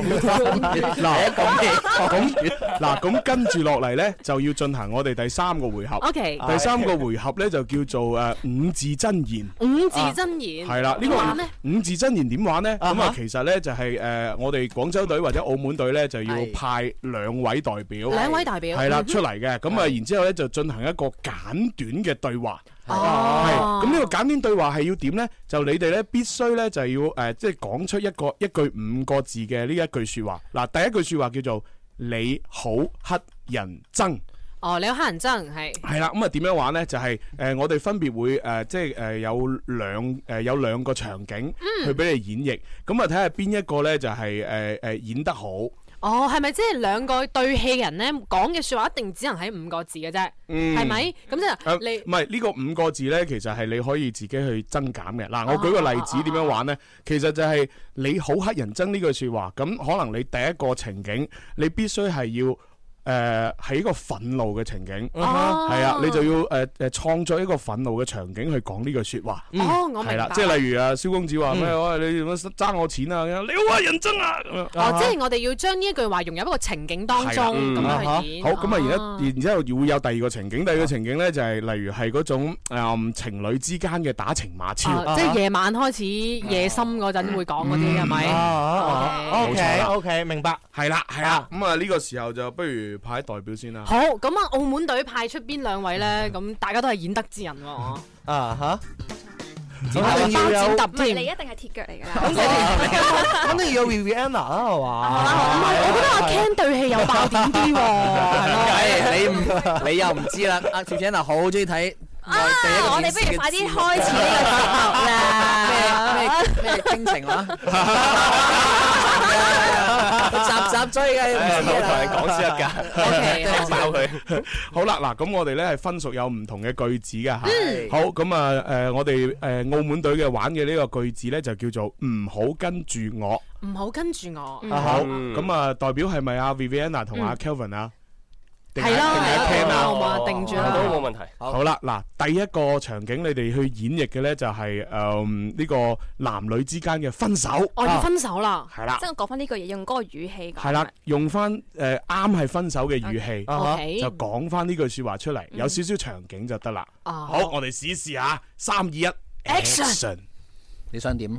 嗱咁嗱咁跟住落嚟咧，就要進行我哋第三個回合。 OK 第三個回合咧就叫做诶五字真言。五字真言啊係啦，呢點玩呢個五字真言點玩呢？咁啊啊哈，其實呢，就係誒，我哋廣州隊或者澳門隊呢，就要派兩位代表，兩位代表係啦嗯哼出嚟嘅。咁啊，然之後呢，就進行一個簡短嘅對話。哦係咁呢個簡短對話係要點呢？就你哋呢，必須呢，就要誒，即係講出一個一句五個字嘅呢一句説話。嗱，第一句説話叫做你好乞人憎。哦，你有黑人憎係。係啦，咁啊點樣玩呢？就係、呃我哋分別會誒、呃即係誒、呃有兩誒、呃有兩個場景嗯去俾你演繹，咁啊睇下邊一個呢，就係誒誒演得好。哦，係咪即係兩個對戲人咧講嘅说話一定只能喺五個字嘅啫？嗯係咪？咁即呃係你唔係呢個五個字呢，其實係你可以自己去增減嘅。嗱，哦我舉個例子點樣玩呢？其實就係你好乞人憎呢句説話，咁可能你第一個情景，你必須係要誒喺一個憤怒嘅情景，係哦啊，你就要誒誒創作一個憤怒嘅場景去講呢句説話。哦我明白係啦，即係例如啊，蕭公子話咩？嗯喂，你做乜爭我錢啊？你好乞人憎啊！咁樣哦，即係我哋要將呢一句話融入一個情景當中咁樣去演。好咁啊！哦而家然之後會有第二個情景，第二個情景咧就係例如係嗰種誒情侶之間嘅打情罵俏哦，即係夜晚開始夜深嗰陣會講嗰啲係咪？ OK，明白。係啦，係啦。咁啊，呢個時候就不如派代表先啦。好，咁啊，澳門隊派出邊兩位咧？咁大家都係演得之人喎。啊吓，我肯定要有，唔係你一定係鐵腳嚟㗎啦。肯定要有 Viviana 啦，係嘛？我覺得阿 Ken 對戲有爆點啲喎。你唔你又唔知啦，啊阿 t i a n a 好中意睇。我我哋不如快啲開始呢個節目啦。咩咩傾情話？集集追嘅，唔知啦。講先得 [laughs] 㗎，爆佢。好啦，嗱，咁我哋咧係分屬有唔同嘅句子嘅嚇嗯。好，咁啊誒，我哋誒澳門隊嘅玩嘅呢個句子咧就叫做唔好跟住我。唔好跟住我。啊好，咁啊代表係咪阿 Viviana 同阿 Kelvin 啊？定係係定啦係阿係 Ken 啦啊？我話定住啦都冇問題。好啦，嗱，第一個場景你哋去演繹嘅咧就係誒呢個男女之間嘅分手。我哦要分手啦係啦即係我講翻呢句嘢，用嗰個語氣講。係啦，用翻誒啱係分手嘅語氣， OK 就講翻呢句説話出嚟，有少少場景就得啦。啊好，我哋試試下，三二一 Action！ ，action！你想點啊？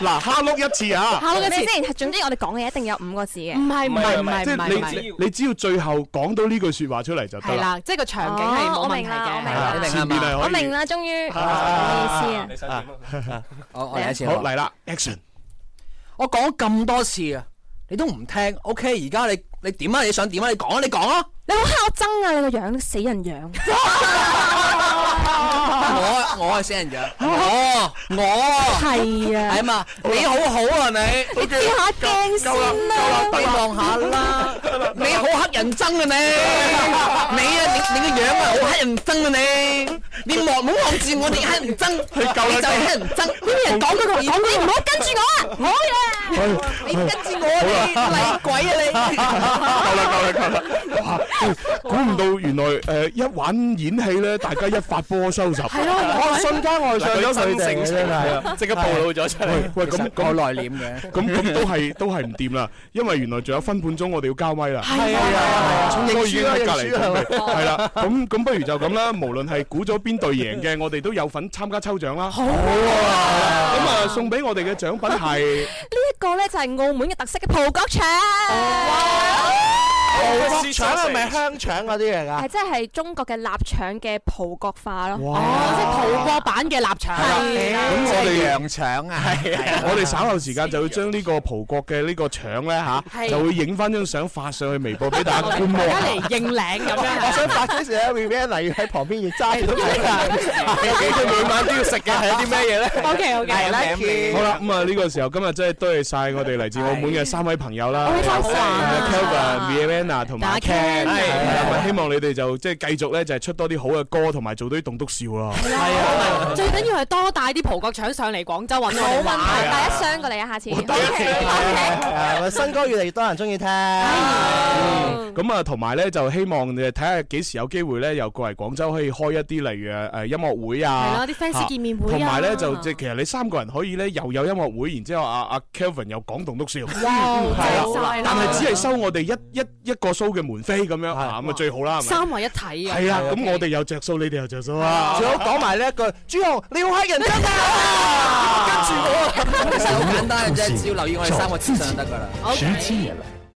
嗱，蝦碌一次啊！下一次先，總之我哋講嘅嘢一定有五個字嘅。唔係即係你你只要最後講到呢句説話出嚟就得係啦。啦，即係個場景係哦我冇問明題啦我明嘅。啦係啦前面係可以我明啦，終於啊我意你思想啊。我我嚟一次好嚟啦，action！我講咗咁多次啊，你都唔聽。OK，而家你你點啊？你想點啊？你講啊！你講啊！你好黑我憎啊！你個樣死人樣。 [laughs] 我我係死人 [laughs] 樣，我我係啊，係嘛？你好好啊你，你照下鏡先啦。你望下啦，你好黑人憎啊你，你啊你你個樣啊好黑人憎啊你，你望唔好望住我，你黑人憎，你就係黑人憎，呢啲人講嗰個講你唔好跟住我啊！我啊，你跟住我啊你厲鬼啊夠啦夠啦夠啦！哇，估唔到原來誒一玩演戲咧，大家一發波收拾。係咯我瞬間愛上咗佢哋真係即刻暴露咗出嚟。喂，咁咁內斂嘅，咁咁都係都係唔掂啦，因為原來仲有分半鐘，我哋要交咪啦。係啊係啊聰哥已經喺隔離認準輸啦備認輸啦係啦。咁咁不如就咁啦，無論係估咗邊隊贏嘅，我哋都有份參加抽獎啦。好啊！咁啊，送俾我哋嘅獎品係。呢一個咧就係澳門嘅特色嘅葡國腸，葡國腸係咪 [laughs] 香腸嗰啲嚟㗎？係即係中國嘅臘腸嘅葡國化咯。哦，即係葡國版嘅臘腸。係啊咁我哋羊腸啊， [laughs] 我哋稍後時間就會將呢個葡國嘅呢個腸咧吓，係就會影翻張相發上去微博俾 [laughs] 大家觀摩大下。家嚟認領咁樣。我想發嗰時啊咧 Viviana 要喺旁邊要齋 [laughs] 到佢啊！ [laughs] 佢每晚都要食嘅係一啲咩嘢咧 [laughs] OK，OK，係啦 thank you 好啦，咁啊呢個時候今日真係多謝晒我哋嚟自澳門嘅三位朋友啦好開心啊誒 Anna 同埋打阿 Ken Ken，係係咁啊希望你哋就即係繼續咧，就係出多啲好嘅歌，同埋做多啲棟篤笑啦。 [laughs] 最緊要係多帶啲葡國腸上嚟廣州揾我哋玩。第一箱過嚟啊，下係次。新歌越嚟越多人中意聽。哎咁啊，同埋咧就希望誒睇下幾時有機會咧，又過嚟廣州可以開一啲例如誒誒音樂會啊，係咯啲 fans 嚇見面會啊同埋咧就即係其實你三個人可以咧又有音樂會，然之後阿阿 Kelvin 又講棟篤笑，哇嗯正晒啦 [laughs] 但係只係收我哋一一一個 show 嘅門飛咁樣啊，咁啊最好啦，係咪三位一體啊！係啊，咁我哋有着數，你哋有着數啊，最好講埋呢一句，朱紅你好乞人憎啊！ [laughs] 其實好簡單嘅啫，只要留意我哋三個字就得㗎啦。十七年來，